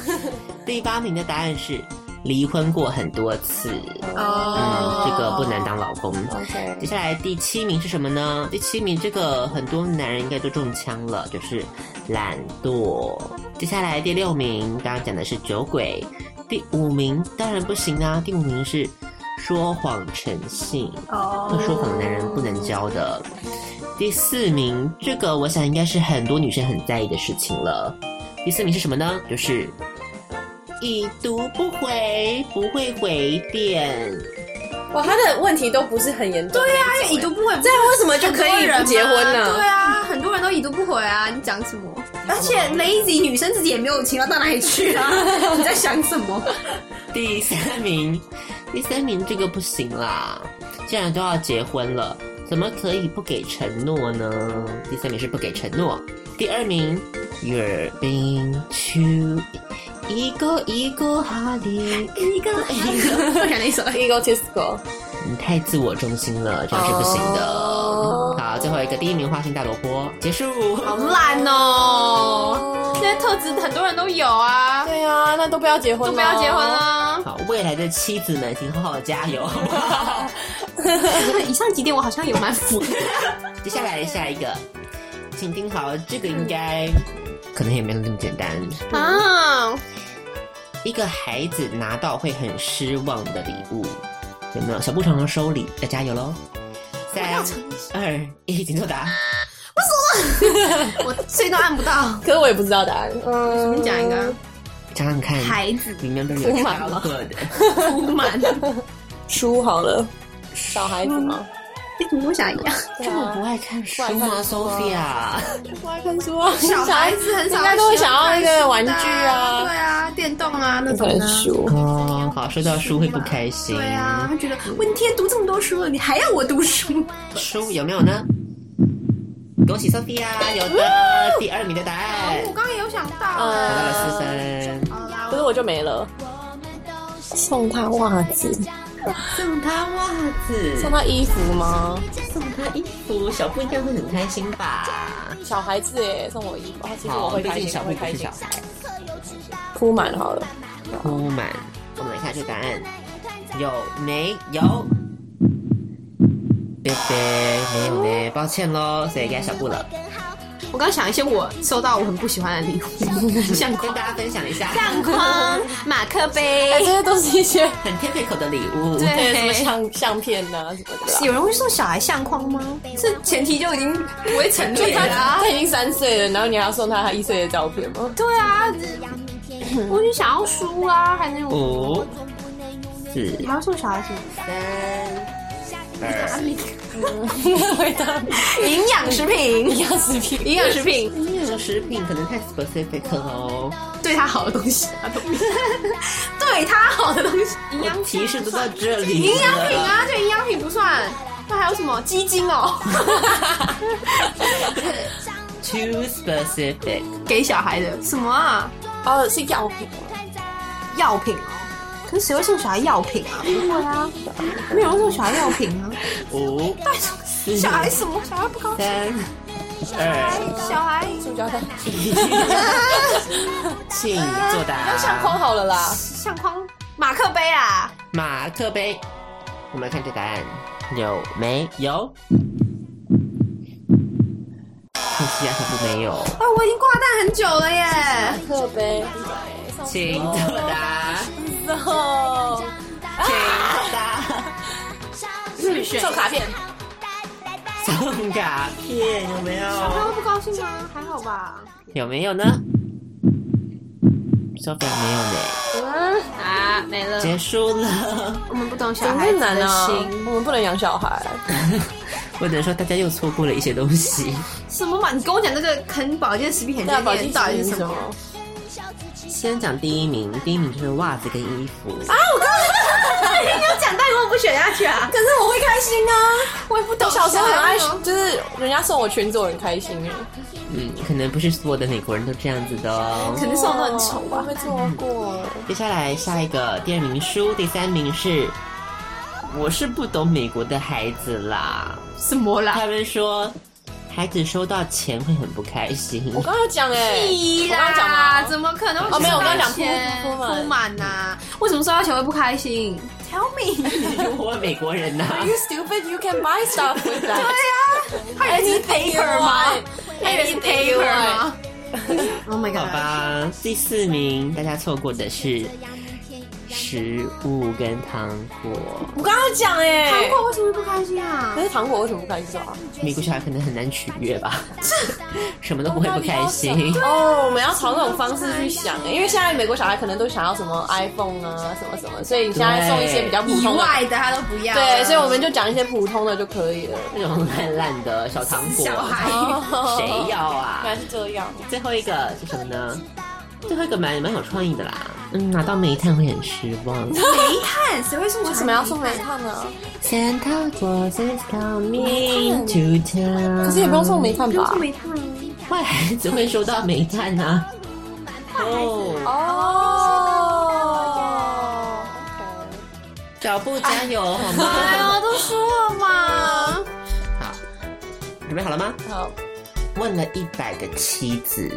D: 第八名的答案是离婚过很多次，
F: 哦
D: 嗯，这个不能当老公。
G: OK
D: 接下来第七名是什么呢？第七名这个很多男人应该都中枪了，就是懒惰。接下来第六名刚刚讲的是酒鬼，第五名当然不行啊，第五名是说谎成性，
F: 哦
D: 会说谎的男人不能交的。第四名，这个我想应该是很多女生很在意的事情了。第四名是什么呢？就是已读不回，不会回电。
G: 哇，他的问题都不是很严重。对呀、
F: 啊已读不回，
G: 这样为什么就可以不结婚
F: 很
G: 呢
F: 多人嘛对啊，很多人都已读不回啊，你讲什么？而且 lazy 女生自己也没有勤劳到哪里去 啊，你在想什么？
D: 第三名，第三名这个不行啦，既然都要结婚了，怎么可以不给承诺呢？第三名是不给承诺。第二名，You're being too 一个一个哈利，一个一个。
F: 突然一首，
G: egotistical，
D: 你太自我中心了，这样是不行的。好，最后一个第一名花心大萝卜结束。
F: 好烂哦！这些特质很多人都有啊，
G: 对啊，那都不要结婚，
F: 都不要结婚。啊。
D: 好，未来的妻子们，请好好加油， 好不好？
F: 以上几点我好像有蛮符合的，
D: 接下来下一个，请听好，这个应该可能也没有那么简单。
F: 啊，
D: 一个孩子拿到会很失望的礼物，有没有？小布常常收礼，要加油喽！三二一，请作答。
F: 我谁都按不到。
G: 可是我也不知道答案。嗯，
F: 你讲一个
D: 想想看，
F: 孩子
D: 里面都有
G: 铺满了
D: childhood
F: 不 满，
G: 书好了，小孩子吗？
F: 怎么会想一样？
D: 这么不爱看
G: 不
D: 书
G: 爱
D: 吗
G: 看书啊
D: ，Sophia？
G: 不爱看书啊，
F: 小孩子很少，
G: 应该都会想要那个玩具啊
F: 啊对啊，电动啊那
G: 不
F: 种
G: 看
F: 啊。
G: 书。
D: 哦，好，收到书会不开心。
F: 对啊，他觉得我一天读这么多书了，你还要我读书？
D: 书有没有呢？恭喜 Sophia 有的第二名的答案
F: 我，刚刚也有想到
D: 得到
F: 啊，
D: 了四分。
F: 好啦
G: 可，是我就没了，送他袜子，
D: 送他袜
G: 送
D: 子，
G: 他衣服吗？
D: 送他衣服，嗯小布应该会很开心吧？
G: 小孩子耶，送我衣服，哦其实我
D: 好，
G: 会
D: 毕
G: 开
D: 竟
G: 心，
D: 小
G: 我
D: 布
G: 会
D: 不
G: 开
D: 是
G: 心
D: 小。孩。
G: 铺满好了，
D: 铺满，我们来看这个答案，有没有？对对，没有
F: 哦
D: 呢，抱歉喽，所以该小布了。
F: 我刚想一些我收到我很不喜欢的礼物，像
D: 跟大家分享一下，
F: 相框、马克
G: 哎，这
F: 杯。
G: 些都是一些
D: 很 typical 的礼物。
F: 对
G: 对什么相相片啊呐什么的啦。
F: 有人会送小孩相框吗？这前提就已经不会成
G: 就
F: 立了
G: 他
F: 啊。
G: 他已经三岁了，然后你还要送他他一岁的照片吗？
F: 对啊，我就想要书啊，还能我
D: 五、四、
F: 还要送小孩什么？
D: 三、二、
G: 回答
F: 营养食品，
G: 要视频，
F: 营养食品
D: 一。这个食品可能太 specific 了哦，
F: 对他好的东西，他都不要 对他好的东西，营养
D: 提示都到这里了。
F: 营养品啊，这营养品不算。那还有什么鸡精哦？
D: ，too specific。
F: 给小孩的什么啊？
G: 哦是药品吗，
F: 药品哦。可是谁会送小孩药品啊？不会啊，没有人送小孩药品啊。
D: 五、四、
F: 小孩
D: 三、
F: 什么？小孩不高兴。
D: 二、
F: 小孩
G: 塑胶袋，
D: 一，请作答。
G: 相框 好了啦，
F: 相框、马克杯啊，
D: 马克杯，我们来看这答案有没有？ 可惜啊，可不没有，
F: 啊，我已经挂蛋很久了耶。
G: 特杯，
D: 请作答。
G: 然后
J: 去选
G: 送卡片，
D: 送卡片有没
F: 他
D: 有？
F: 会不高兴吗？还好吧。
D: 有没有呢？说不定没有呢，
F: 啊，没了。
D: 结束了。
F: 我们不懂小
G: 怎么
F: 孩
G: 会
F: 子
G: 难
F: 的
G: 啊
F: 心。？
G: 我们不能养小孩，
D: 我只能说大家又错过了一些东西。
F: 什么嘛？啊你跟我讲那个啃保啊健食品很
G: 那
F: 经
G: 保
F: 典，
G: 健
F: 到底
G: 是
F: 是
G: 什
F: 什
G: 么
F: 么？？
D: 先讲第一名，第一名就是袜子跟衣服。
F: 你有讲，但我不选下去啊。
G: 可是我会开心啊！我也不懂，小时哦候很爱，就是人家送我裙子，我很开心哎。
D: 嗯，可能不是所有的美国人都这样子的哦。
F: 可能送的很丑啊吧
G: 我会错过。
D: 接下来下一个第二名书，第三名是，我是不懂美国的孩子啦。
F: 什么啦？
D: 他们说，孩子收到钱会很不开 心。
G: 我刚刚有讲哎，
F: 屁
G: 我刚刚讲吗
F: 啦！怎么可能？
G: 哦没有我刚刚讲铺
F: 钱
G: 铺满
F: 铺满呐。为什么收到钱会不开心？Tell me。
D: 我美国人呐、
G: You stupid, you can buy stuff with that.
F: 他也是 paper 吗？他也是 paper 吗？Oh my
D: 好
F: god！
D: 吧，第四名大家错过的是食物跟糖果。
G: 我刚刚有讲哎，
F: 不过为什么会不开心啊
G: 可？是糖果为什么不开心啊？
D: 美国小孩可能很难取悦吧， 什么都不会不开心。
G: 哦，我们要朝那种方式去想哎，因为现在美国小孩可能都想要什么 iPhone 啊，什么什么，所以你现在送一些比较普
F: 意
G: 通的，
F: 外的他都不要。
G: 对，所以我们就讲一些普通的就可以了。
D: 那种烂烂的小糖果，
F: 小孩
G: 哦
D: 谁要啊？
G: 是这样，
D: 最后一个是什么呢？最后一个蛮蛮有创意的啦，嗯，拿到煤炭会很失 望。
F: 煤炭，谁会送？
G: 为什么要送煤炭呢？
D: Santa Claus is coming to town。
G: 可是也不用送 煤炭吧？
F: 煤炭？
D: 坏孩子会收到煤炭啊。哦，
G: 哦，
D: 脚步加油好吗？
F: 哎呀，都说了嘛。
D: 好，准备好了吗？
G: 好，
D: 问了一百个妻子，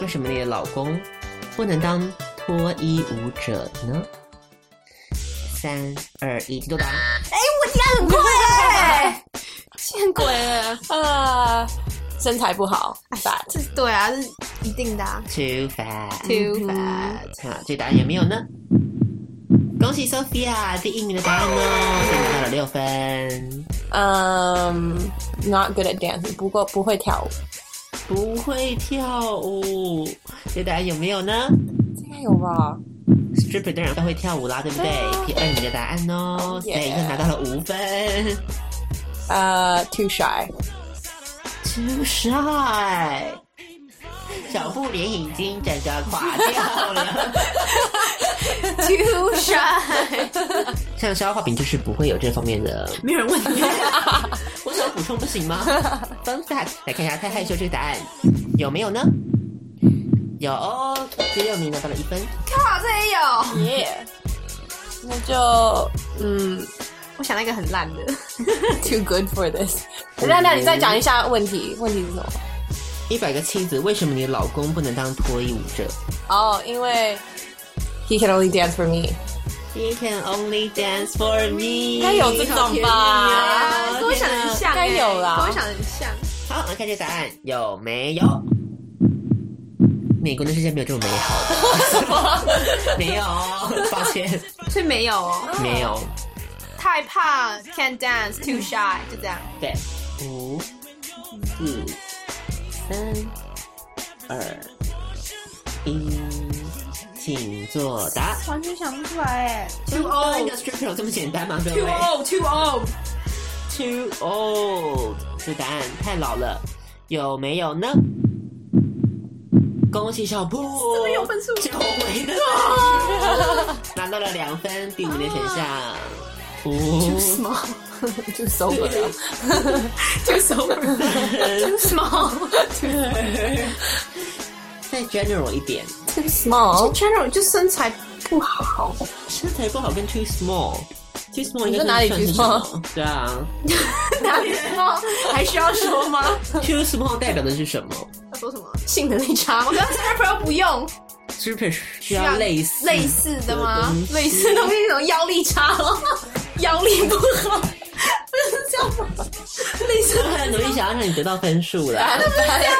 D: 为什么你的老公不能当脱衣舞者呢？三二一，请作答。
F: 见鬼了！啊
G: 呃，身材不好，fat，
F: 这对啊，这是一定的啊。
D: Too fat。
F: Too bad。
D: 好，这呃答案有没有呢？恭喜 Sophia 第一名的答案呢，哦所以拿到了六分。
G: 嗯，not good at dancing，不过不会跳舞，
D: 不会跳舞，这答案有没有呢
G: 应该有吧？
D: ？Stripper 当然都会跳舞啦，对不对？第二名的答案哦，所
G: Yeah
D: 以又拿到了五分。
G: 呃，too shy，
D: Too shy，小布脸已经整个垮掉了。
F: Too shy。
D: 像消化饼就是不会有这方面的， 没有人问你，我想补充不行 吗？Fun fact，来看一下太害羞这个答案有没有呢？有哦，第六名拿到了一分。
F: 靠，这也有。
G: 耶，那就 嗯
F: 我想到一个很烂的，
G: ，too good for this。那那你再讲一下问题，问题是什么？
D: 一百个妻子，为什么你老公不能当脱衣舞者
G: 哦，因为 he can only dance for me，
D: ？You can only dance for me。
G: 应该有这种
F: 啊
G: 吧？
F: 跟我想的很像
G: 应该
F: 欸，
G: 有啦
F: 跟我想的很像。
D: 好，我们看这答案有没有？美国的世界没有这么美好 的，没有，抱歉，
F: 所以没有哦，
D: 没有。
F: 太胖，can't dance，too shy，就这样。
D: 对，五、四、三、二、一，请作答。
F: 完全想不出来哎。
D: Too old 的 stripper 有这么简单吗？各
F: Too
D: 位
F: old，too old。
D: ，Too old，这答案太老了，有没有呢？恭喜小布，
F: 有分数
D: 久违的拿到了两分，第五名的选项。五
G: too sober 了。
D: 再 general 一点，
G: too small，
F: Channel 哦就身材不 好，
D: 身材不好跟 too small，too small 应
G: 你
D: 该
G: 说哪里
D: 算是
G: too
D: 什么？对 啊
F: 哪里胖还需要说吗？
D: ，too small 代表的是什么
F: 要说什么？
G: 性能力差
F: 我。刚刚 rapper 又不用
D: ？stripper 需要类似
F: 类似的吗
D: 东？西
F: 类似的东西是什么腰力差哦， 腰力不好，
D: 他 的努力想要让你得到分数了
G: bad at-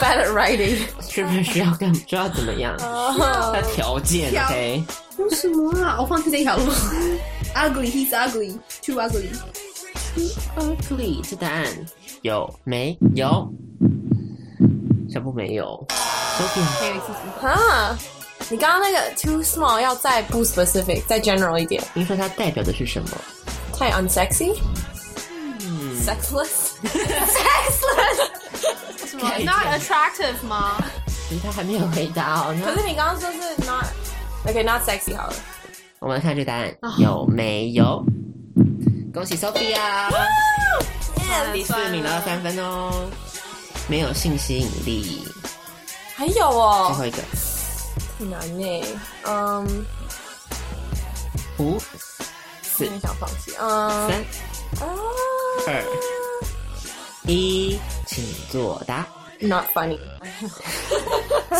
G: bad at writing，
D: ，stripper 需要干需要怎么 样？他条件
F: 条
D: OK，
F: 有什么啊？我放弃这条路。Ugly, he's ugly, too ugly.
D: too ugly。这答案有没有？小布没 有，周点
F: 还有一次是
K: 啊，你刚刚那个 too small 要再不 specific，再 general 一点，
D: 您说它代表的是什么？
K: 太 unsexy，sexless，
F: 什么 not attractive 吗？
D: 其实他还没有回答哦。
K: 可
D: 那
K: 是你刚刚说是 not。OK，not、sexy 好了，
D: 我们来看这个答案有没有？恭喜 Sophia，第四名拿到三分哦。没有性吸引力，
K: 还有
D: 最
K: 哦，
D: 后一个
K: 很难呢。嗯，
D: 五、四
K: 有、点想放弃。嗯，
G: 哦
D: 三、
K: 啊
D: 二、一，请作答。
K: ，not funny，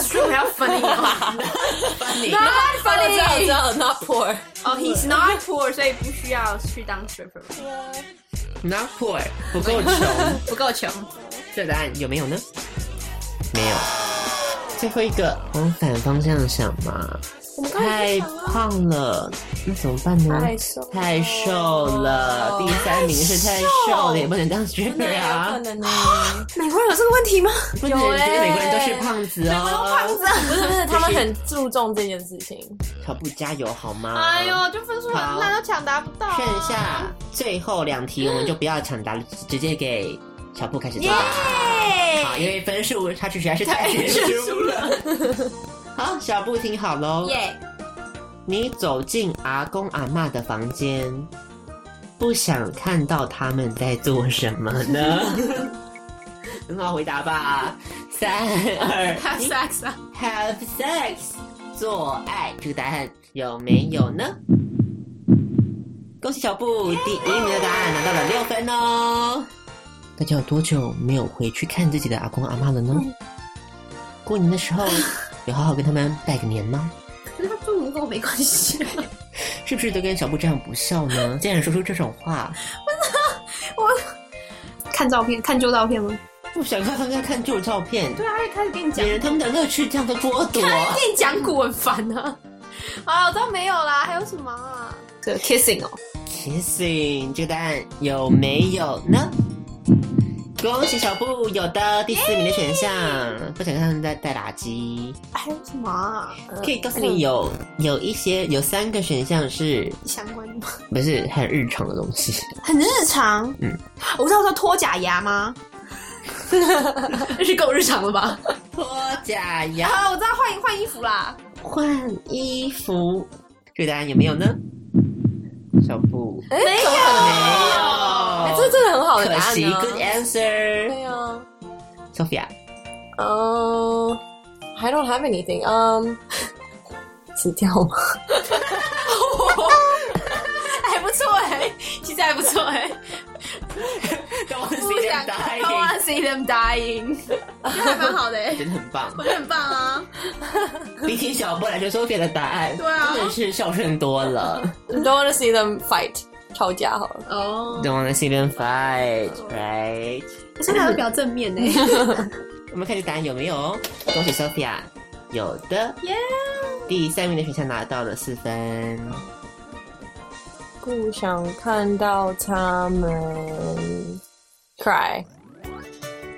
F: 说还要分你 啊？Not
K: 我知道，我 知
F: funny。
K: 道，not poor。
F: 哦，he's not poor，所以不需要去当 stripper，
D: Not poor，不够穷。
F: 不够穷。
D: 这答案有没有呢？没有。最后一个往反方向想嘛，太胖了，那怎么办呢？
K: 太瘦
D: 太瘦了。第三名是哦太瘦了，也不能当 stripper
K: 有
D: 啊
K: 可，能呢？
F: 美国人有这个问题吗？
D: 不能，
K: 有
D: 这
K: 欸
D: 个美国人都是胖子哦。
K: 不是不是，他们很注重这件事情。
D: 跑步加油好吗？
F: 哎呦，就分数很烂，
D: 好
F: 都抢答不到啊。
D: 剩下最后两题，我们就不要抢答了，直接给小布开始作答。好，因为分数差距实在是太 悬殊了。 好，小布听好喽。
F: 耶！
D: 你走进阿公阿嬷的房间，不想看到他们在做什么 呢？ 很好回答吧，三二
F: Have
D: 一
F: sex 啊？
D: ，Have sex，做爱。这个答案有没有呢？恭喜小布，第一名的答案拿到了六分哦。大家有多久没有回去看自己的阿公阿妈了呢？过年的时候有好好跟他们拜个年吗？
I: 可是他住不够没关 系。
D: 是不是都跟小布这样不孝呢？竟然说出这种话，
I: 看照片，看旧照片吗？
D: 不想看看看看旧照片，
F: 对啊，他一开始跟你讲
D: 别，人他们的乐趣这样的剥夺。
F: 跟你讲古很烦啊。啊，我都没有啦，还有什么啊？
K: 对，kissing 哦，
D: Kissing 这个答案有没有呢？恭喜小布，有的第四名的选项。不想看他们在带垃圾，
F: 还有什么啊？
K: 呃
D: 可以告诉你有有一些有三个选项是
F: 相关的吗？
D: 不是很日常的东 西？
F: 很日常。
D: 嗯，
F: 我知道我说脱假牙吗？那 是够日常了吧？
D: 脱假牙
F: 啊，我知道换换衣服啦。
D: 换衣服，这个答案有没有呢？小布
K: 哎，没有，没
D: 没有
K: 这真的很好的
D: 可
K: 答案
D: 惜
K: 呢。
D: ，Good answer。
K: 对啊，
D: Sophia，
K: 嗯，I don't have anything，嗯， 死掉吗？
F: 还不错哎、其实还不错哎、
D: 恭
F: 不
D: 喜
F: 想 I don't wanna see them dying，这还蛮好的哎、
D: 真的很棒
F: 我。觉得很棒啊。
D: 比起小布来说，Sophia 的答案
F: 对啊
D: 真的是孝顺多了。
K: 你 don't wanna see them fight，吵架好了。
F: 哦，
D: Don't wanna see them fight, right？
I: 现在都比较正面呢、
D: 我们看这答案有没有哦？恭喜 Sophia，有的。第三名的选项拿到了四分。
K: 不想看到他们 cry，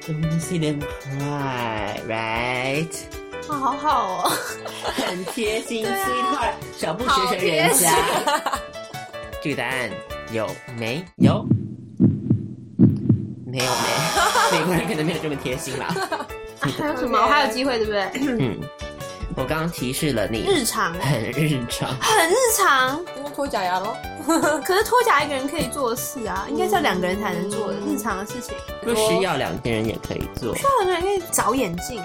D: Don't wanna see them cry, right？
F: 哦好好哦，
D: 很贴心，sweetheart，小
F: 啊
D: 布学学人家。 这个答案有没有？没有没，美国人可能没有这么贴心啦。
F: 还有什么？我还有机会对不对？
D: 嗯，我刚刚提示了你，
F: 日常啊
D: 很日常。
F: 很日常，
K: 因为脱假牙 咯。
F: 可是脱甲一个人可以做的事啊，应该是要两个人才能做的日常的事情。啊
D: 不需要两个人也可以 做，
F: 两个人可以找眼镜，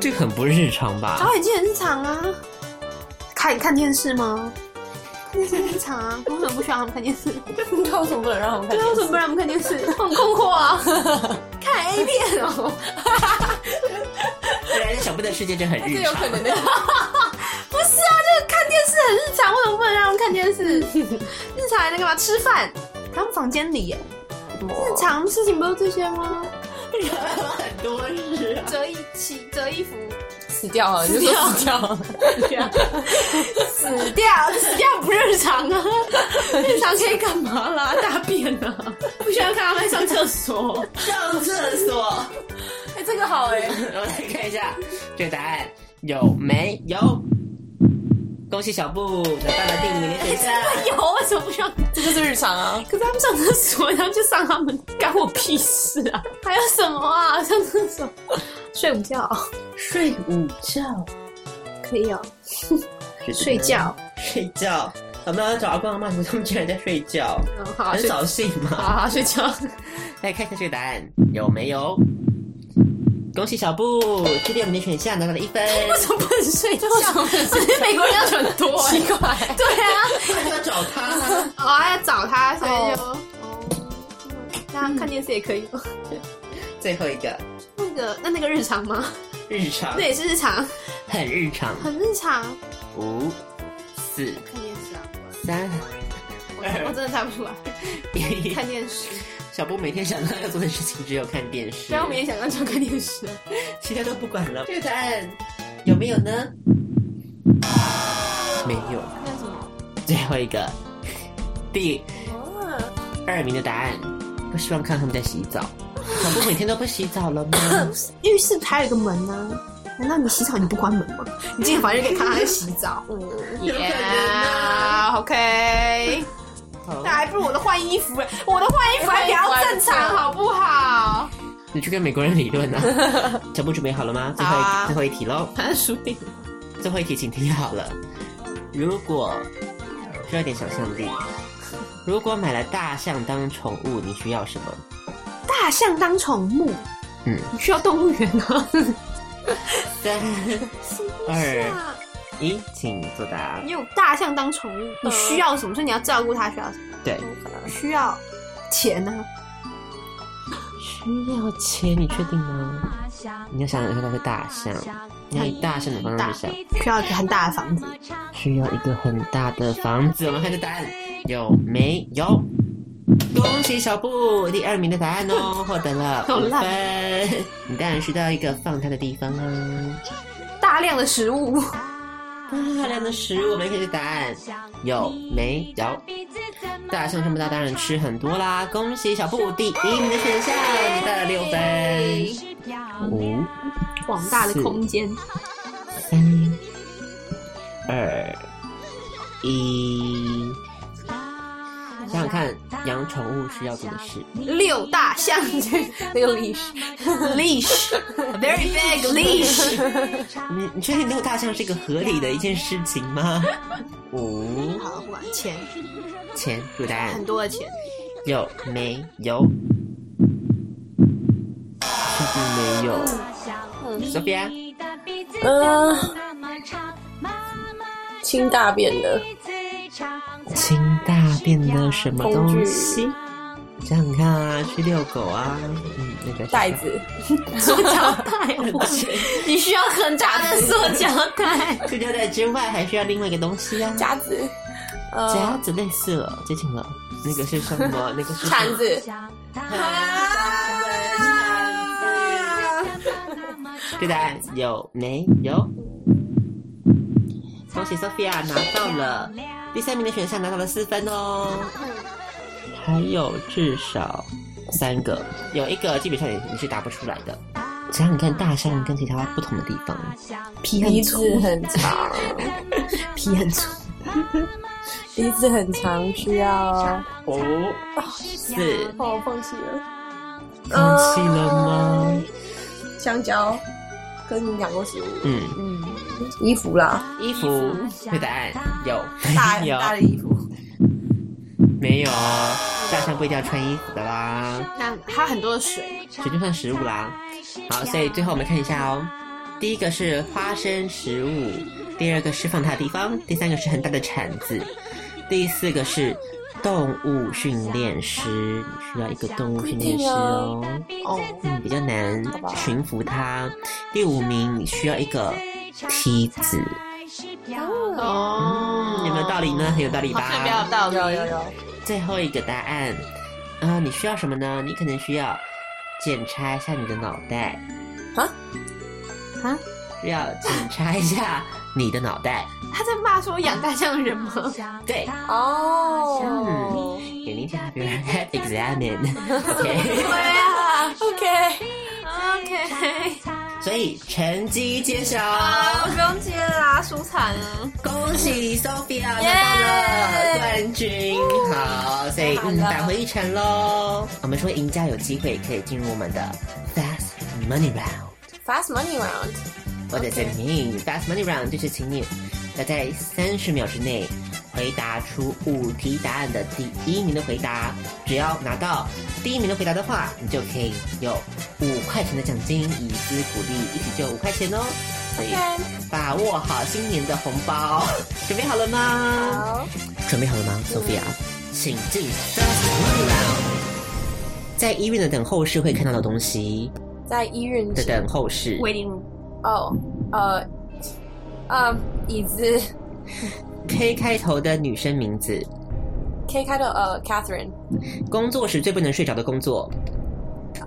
D: 这个很不日常吧
F: 找？眼镜很日常啊。看看电视吗？看电视很日常啊，我为什么不需要他们看 电视？
K: 你为什么不能让我们看
F: 对，？为什么不让他们看电视？很困惑啊！ 看 A 片哦，
D: 虽然小布的世界真的很日
K: 这有可
D: 常，
K: 能的。
F: 不是啊，就是看电视很日常，为什么不能让他们看电 视？日常还能干嘛？吃饭？他们房间里耶，日
D: 哦
F: 常事情不都这些吗？
D: 很多事啊。
F: 折衣起折衣服，
K: 死掉好了，你就说死掉。
F: 死掉死掉不日常啊！日常可以干嘛啦？大便啊，不需要看他们上厕所。
D: 上厕所。
F: 哎、这个好哎、
D: 我来看一下这个答案有没有？恭喜小布拿到了第五名的选项。
F: 有为什么不需要？
K: 这就是日常啊。
F: 可是他们上厕所，他们就上他们，干我屁事啊！ 还有什么啊？上厕所，睡午觉，
D: 睡午觉，
F: 可以哦。睡觉，
D: 睡觉。我们要找阿公阿妈，他们居然在睡觉，
F: 嗯，好，
D: 很
F: 睡，啊
D: 扫兴
F: 好
D: 嘛。
F: 好睡觉。
D: 来看一下这个答案有没有？恭喜小布，第六名的选项拿到了一分。
F: 为什么不能睡觉？这些美国人要求很多、 哎
K: 奇怪，
F: 对啊，
D: 他要找他，
F: 我哦要找他，所以就。哦
G: 大家看电视也可以吗？
D: 最后一个
G: 那个，那那个日常吗？
D: 日常
G: 那，也是日常，
D: 很日常。
G: 很日常。
D: 五、四、
G: 看电视啊，
D: 三、
G: 我我真的猜不出来。
D: 一。
G: 看电 视，
D: 小布每天想到要做的事情只有看电视，
G: 然后我们也想要就看电视。
F: 啊
D: 其他都不管了。这个答案有没有呢？没有。
G: 那什么？
D: 最后一个，第二名的答案，我希望看他们在洗 澡。小布每天都不洗澡了吗？
G: 浴室还有一个门呢、难道你洗澡你不关门吗？你进房间可以看他在洗 澡。
F: 嗯
G: 啊
F: Yeah, OK，
D: 好
F: 那还不如我的换衣
G: 欸
F: 服，我的换衣服还比较正常，好不好？
D: 你去跟美国人理论 啊！小布准备好了吗？最后一、
F: 好啊
D: 最后一题喽，
F: 反正输定了。
D: 最后一题请听好了。如果需要一点想象力，如果买了大象当宠物，你需要什么？
G: 大象当宠物，
D: 嗯，
F: 需要动物园 啊？
D: 三、二、一，请作答。
G: 你有大象当宠物，你需要什么？所以你要照顾它，需要什么？
D: 对，
G: 需要钱呢、啊？
D: 需要钱，你确定吗？你要想想看，那个大象，你要以大象的方式想，
G: 需要一个很大的房子。
D: 需要一个很大的房子。我们看这答案有没有？恭喜小布第二名的答案哦，获得了五分。你当然需要一个放它的地方啊。
F: 大量的食物，
D: 大量的食物，我们看这答案有没有？大象这么大，当然吃很多啦。恭喜小布第一名的选项，你得了六分。五。
F: 广大的空间，
D: 三、哎二、一。想想看，养宠物需要做的事。
F: 六大象，那个 leash leash very big leash，
D: 你嗯你确定遛大象是一个合理的一件事情吗？五
G: 好，不管钱，
D: 钱，有答案
G: 很多的钱。
D: 有没有？确定没有。Sophia，
K: 嗯、清大便的
D: 清大便的什么
K: 工具
D: 东西？想想看啊，去遛狗啊，嗯，那个
K: 袋子，
F: 塑胶袋，你需要很大的塑胶袋，
D: 塑胶袋之外，还需要另外一个东西啊，
K: 夹子，
D: 夹
K: 呃，
D: 子类似了，接近了。那个是什 么？那个是
K: 铲子，
D: 啊对答案有没有？恭喜 Sophia 拿到 了第三名的选项，拿到了四分哦。还有至少三个，有一个基本上你你是答不出来的。想想看，大象跟其他不同的地方，
K: 鼻子很长，
G: 皮很粗，
K: 鼻子很长，需要。
D: 五、四，
K: 哦，我放弃了。
D: 放弃了吗？
K: 香蕉跟养过食物，
D: 嗯，
K: 衣服啦，
D: 衣服对答案有
K: 大
D: 没有？
K: 大的衣服，
D: 没有，大象不一定要穿衣服的啦，
G: 那还有很多的水，
D: 水就算食物啦。好，所以最后我们看一下哦，第一个是花生食物，第二个是放它的地方，第三个是很大的铲子，第四个是动物训练师，你需要一个动物训练师哦。
K: 哦，
D: 嗯，比较难驯服它。第五名，你需要一个梯子。哦、有没有道理呢？很有道理吧？
F: 好像比较有道理。
K: 有有有，
D: 最后一个答案，啊、你需要什么呢？你可能需要检查一下你的脑袋，
K: 啊
D: 啊，要检查一下你的脑袋。
F: 他在骂说养大象的人吗？
D: 对，嗯
K: 哦，
F: 嗯
D: you need to have your head examined。
F: 对
D: OK，
F: 啊
K: ，OK，
F: ，OK，
D: 所以成绩揭晓，
F: 啊，不用接了啦，输惨了。
D: 恭喜 Sophia 拿到了冠军。好，所以嗯，返回一城喽。我们说赢家有机会可以进入我们的 Fast Money Round。
K: Fast Money Round，
D: 我的证明 Fast Money Round 就是请你要在三十秒之内回答出五题答案的第一名的回答。只要拿到第一名的回答的话，你就可以有五块钱的奖金，以资鼓励，一题就五块钱哦。所以把握好新年的红 包，准备好了吗？
K: 好，
D: 准备好了吗，Sophia？请进 Fast Money Round。在医院的等候室会看到的东西
K: 在医院
D: 的等候室，
F: waiting room，
K: 哦，呃，呃，椅子
D: K 开头的女生名字，
K: K 开头，呃，Catherine，
D: 工作时最不能睡着的工作，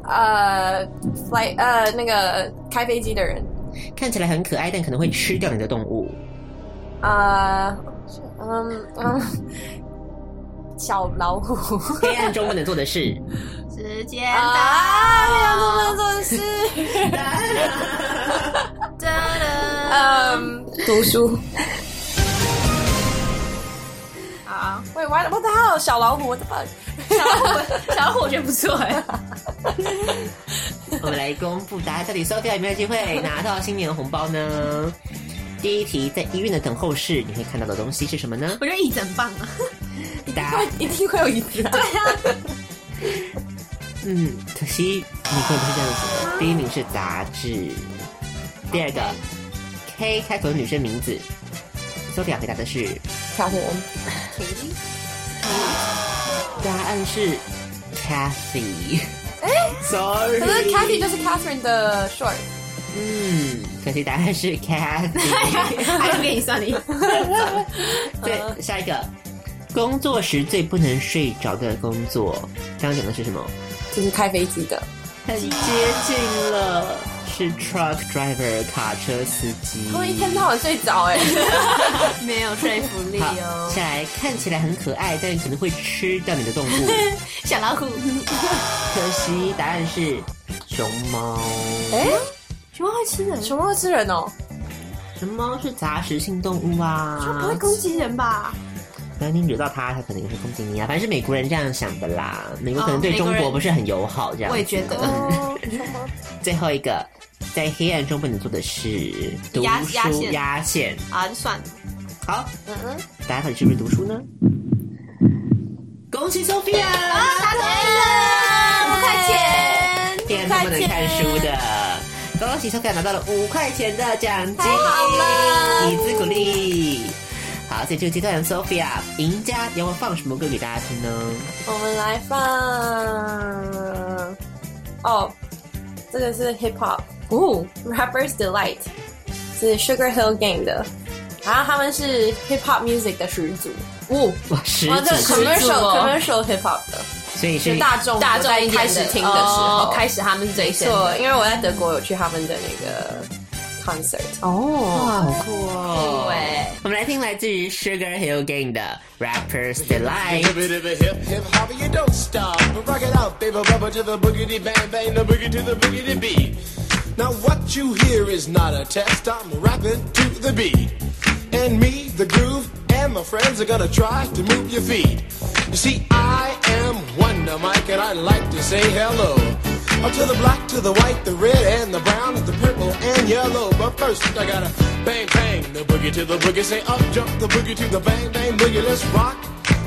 K: 呃，fly，呃，那个开飞机的人，
D: 看起来很可爱但可能会吃掉你的动 物，
K: 呃，是嗯嗯， 小老虎，
D: 黑暗中不能做的事。
F: 直接
K: 啊，
F: 打
K: 没有这么做事，
F: 真的
K: 嗯，读书。
F: 好，
K: 啊喂，What What the hell？小老虎，我的 fuck？
F: 小虎我觉得不错哎，
D: 我们来公布答案，到底 Sophia 有没有机会拿到新年红包呢？第一题，在医院的等候室你会看到的东西是什么呢？
F: 我觉得一整棒啊，
D: 答，
K: 一定会有椅子啊。
D: 嗯，可惜你根本不是这样子的。第一名是杂志，第二个 K 开头的女生名字，Sophia 回答的是
K: ，Catherine，
D: 答案是 Cathy。哎，sorry，
K: 可是 Cathy 就是 Catherine 的 short。
D: 嗯，可惜答案是 Cathy。
F: 还不给你算你，
K: 嗯
D: 对，下一个，工作时最不能睡着的工作，刚刚讲的是什么？
K: 就是开飞机的。
D: 很接近了，是 truck driver 卡车司机。
K: 他们一天到晚睡着哎、
F: 没有说服力
D: 好
F: 哦，。
D: 下来看起来很可爱，但可能会吃掉你的动物。
F: 小老虎，
D: 可惜答案是熊猫。
K: 哎、
F: 熊猫会吃人，
K: 熊猫会吃人哦、
D: 熊猫是杂食性动物啊，
F: 不会攻击人吧？
D: 然后你惹到他，他可能也会攻击你啊。反正是美国人这样想的啦，美国可能
F: 哦
D: 对中
F: 美
D: 国
F: 国人
D: 不是很友好，这样子
F: 我也觉得
D: 最后一个，在黑暗中不能做的事，读
F: 压
D: 书
F: 压线
D: 压线。
F: 啊，就算了，
D: 好，嗯嗯，大家到底是不是读书呢？恭喜 Sophia，
K: 哎
F: 五块钱，
D: 天都不能看书的。恭喜 Sophia 拿到了五块钱的奖金，以资鼓励。好，在这个阶段，Sophia 赢家，你要放什么歌给大家听呢？
K: 我们来放哦，这个是 hip hop 哦，Rappers Delight 是 Sugar Hill Gang 的，然后他们是 hip hop music 的始祖，
D: 哦，哇，十
K: 哦，这
D: 组，
K: commercial
F: 哦
K: commercial hip hop 的，
D: 所以
K: 就是大众
F: 大众
K: 我在
F: 一点
K: 开
F: 的
K: 始听的时候
F: 哦，开始他们是最先的
K: 错，因为我在德国有去他们的那个 concert，
D: 哇，好酷哦！
F: 对，
D: 我们来听来自于 Sugar Hill Gang 的 Rappers Delight。
L: Give it to the hip, hip hop, you don't stop. Rock it out, baby, rubber to the boogity bang bang, the boogie to the boogity beat. Now what you hear is not a test. I'm rapping to the beat, and me, the groove, and my friends are gonna try to move your feet. You see, I am Wonder Mike, and I like to say hello. Up to the black, to the white, the red, and the brown, and the purple, and yellow. But first, I gotta bang bang the boogie to the boogie. Say up jump the boogie to the bang bang boogie. Let's rock.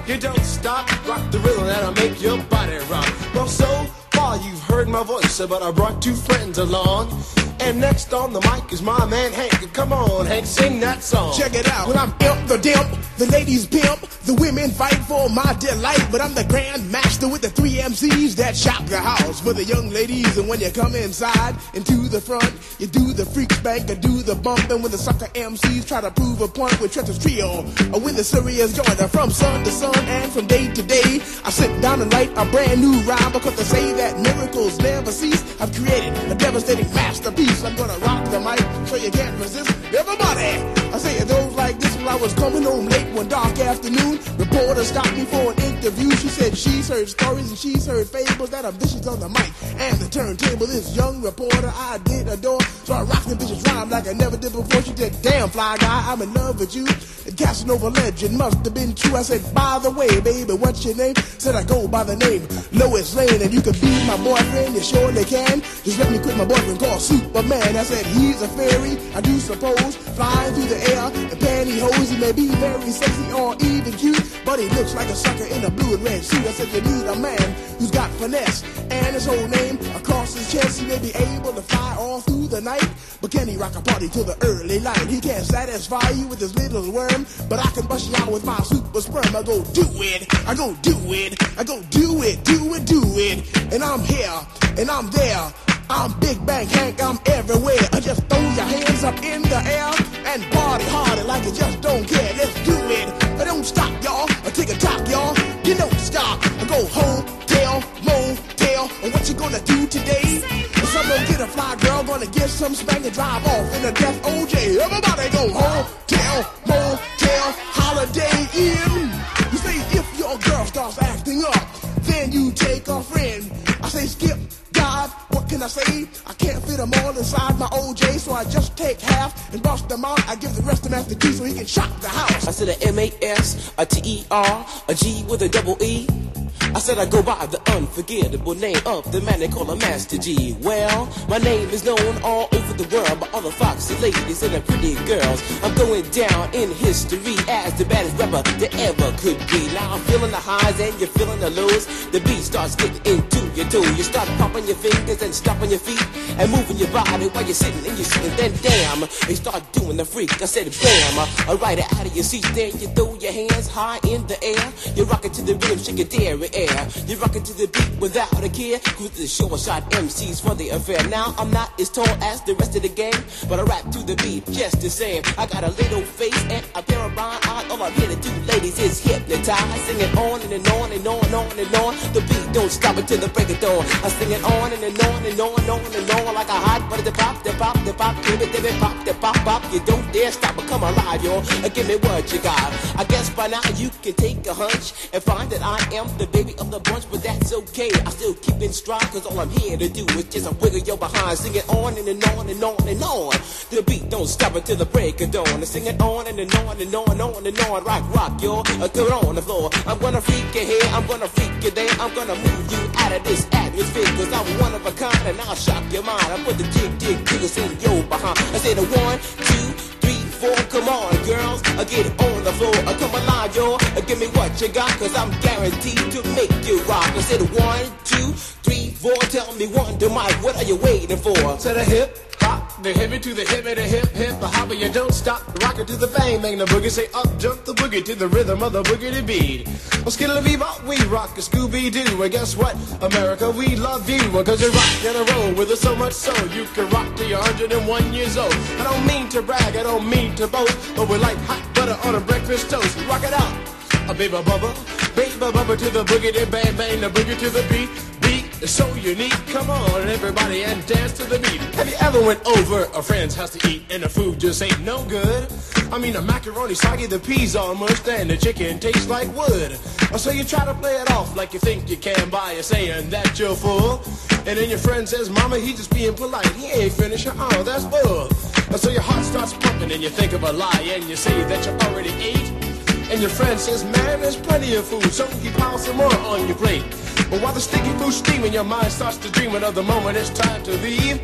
L: You don't stop, rock the rhythm that'll make your body rock. Well, so far you've heard my voice, but I brought two friends along. And next on the mic is my man Hank. Come on, Hank, sing that song.
M: Check it out. Well, I'm imp the dimp, the ladies pimp, the women fight for my delight. But I'm the grand master with the three MCs that shop your house for the young ladies. And when you come inside and to the front, you do the freak bank or do the bump. And when the sucker MCs try to prove a point with Trent's trio, or when the serious joiner from sun to sun and from day to day, I sit down and write a brand new rhyme because they say that miracles never cease. I've created a devastating masterpiece. I'm gonna rock the mic so you can't resist. Everybody, I say it goes like this when I was coming home late one dark afternoon. Reporter stopped me for an interview. She said she's heard stories and she's heard fables that are vicious on the mic. And the turntable, this young reporter I did adore. So I rocked the bitches rhyme like I never did before. She said, damn fly guy, I'm in love with you. And Casanova legend must have been true. I said, by the way, baby, what's your name? Said I go by the name Lois Lane and you could be my boyfriend. You surely can. Just let me quit my boyfriend called Superman. I said, he's a fairy, I do suppose. Flying through the air in pantyhose. He may be very sexy or even cute, but he looks like a sucker in a blue and red suit. I said, you need a man who's got finesse and his whole name across his chest. He may be able to fly all through the night, but can he rock a party till the early light? He can't satisfy you with his little worm, but I can bust you out with my super sperm. I go do it, I go do it, I go do it, do it, do it. And I'm here, and I'm there. I'm Big Bang Hank, I'm everywhere. I just throw your hands up in the air and party harder like you just don't care. Let's do it. I don't stop, y'all. I take a top, y'all. You don't stop. I go hotel, motel. And what you gonna do today? Some gonna get a fly girl, gonna get some spank and drive off in a death OJ. Everybody go hotel, motel, holiday inn. You say if your girl starts acting up, then you take a friend. I say skip, dive, what can I say? I can't fit them all inside my OJ, so I just take half and bust them out. I give the rest of him the key so he can shop the house.
N: I said a M A S, a T E R, a G with a double E. I said I go by the unforgettable name of the man they call a Master G. Well, my name is known all over the world by all the foxy ladies and the pretty girls. I'm going down in history as the baddest rapper that ever could be. Now I'm feeling the highs and you're feeling the lows. The beat starts getting into your toe. You start popping your fingers and stomping your feet and moving your body while you're sitting and you're sitting. Then damn, they start doing the freak. I said bam, I ride it out of your seat. Then you throw your hands high in the air. You rock it to the rhythm, shake your dairy air. You rock it to the beat without a care. Cruise to the show and shot MCs for the affair. Now I'm not as tall as the rest of the gang, but I rap to the beat just the same. I got a little face and a pair of rhyme eyes. All I'm here to do, ladies, is hypnotize. Singing on and, and on and on and on and on. The beat don't stop until the break of dawn. I sing it on and, and on and on and on and on like a hot butter. The pop, the pop, the pop, give it, give it, pop, the pop, pop. You don't dare stop or come alive, y'all. And give me what you got. I guess by now you can take a hunch and find that I am the baby of the bunch, but that's okay. I still keep in stride, cause all I'm here to do is just a wiggle your behind. Sing it on and, and on and on and on. The beat don't stop until the break of dawn. I sing it on and, and on and on and on and on. Rock, rock, y'all. I throw it on the floor. I'm gonna freak you here, I'm gonna freak you there. I'm gonna move you out of this atmosphere, cause I'm one of a kind and I'll shock your mind. I put the jig, jig, jiggles in your behind. I say the one, two, four. Come on, girls, I get on the floor. I come alive, y'all. I give me what you got, cause I'm guaranteed to make you rock. I said one, two, three, four. Tell me one, to Mike, what are you waiting for?
L: To the hip, hop, the hippie to the hippie, the hip, hip, the hopper. You don't stop, rock it to the bang, bang the boogie. Say up, jump the boogie to the rhythm of the boogie to bead. Well, skittle bebop, we rock a Scooby Doo. And guess what? America, we love you. Well, cause you rock in a row with us so much so you can rock till you're 101 years old. I don't mean to brag, I don't mean to boast, but we're like hot butter on a breakfast toast. Rock it out, a baby bubba, baby bubba to the boogie to bang, bang the boogie to the beat. Beat is so unique. Come on, everybody, and dance to the beat. Have you ever went over a friend's house to eat and the food just ain't no good? I mean, the macaroni soggy, the peas all mushed, and the chicken tastes like wood. So you try to play it off like you think you can by you saying that you're full. And then your friend says, Mama, he just being polite. He ain't finished. Oh, that's bull. So your heart starts pumping and you think of a lie and you say that you already ate. And your friend says, man, there's plenty of food, so he piles some more on your plate. But while the sticky food's steaming, your mind starts to dreaming of the moment it's time to leave.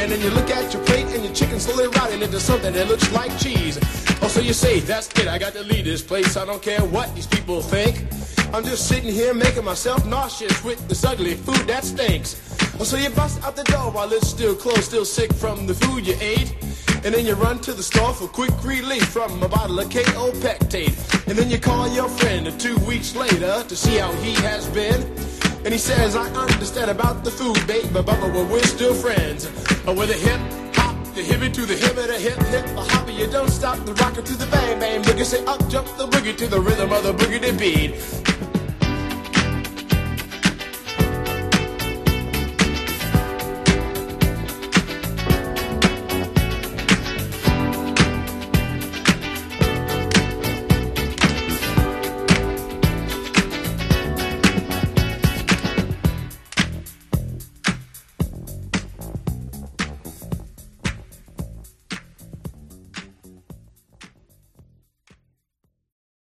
L: And then you look at your plate and your chicken slowly rotting into something that looks like cheese. Oh, so you say, that's it, I got to leave this place, I don't care what these people think. I'm just sitting here making myself nauseous with this ugly food that stinks. Oh, so you bust out the door while it's still closed, still sick from the food you ate. And then you run to the store for quick relief from a bottle of KO Pectate. And then you call your friend two weeks later to see how he has been. And he says, I understand about the food, babe, but but but we're still friends. Or with a hip hop, the hippie to the hippie, the hip hip, a hopper, you don't stop the rocker to the bang bang boogie. Say up jump the boogie to the rhythm of the boogie to beat.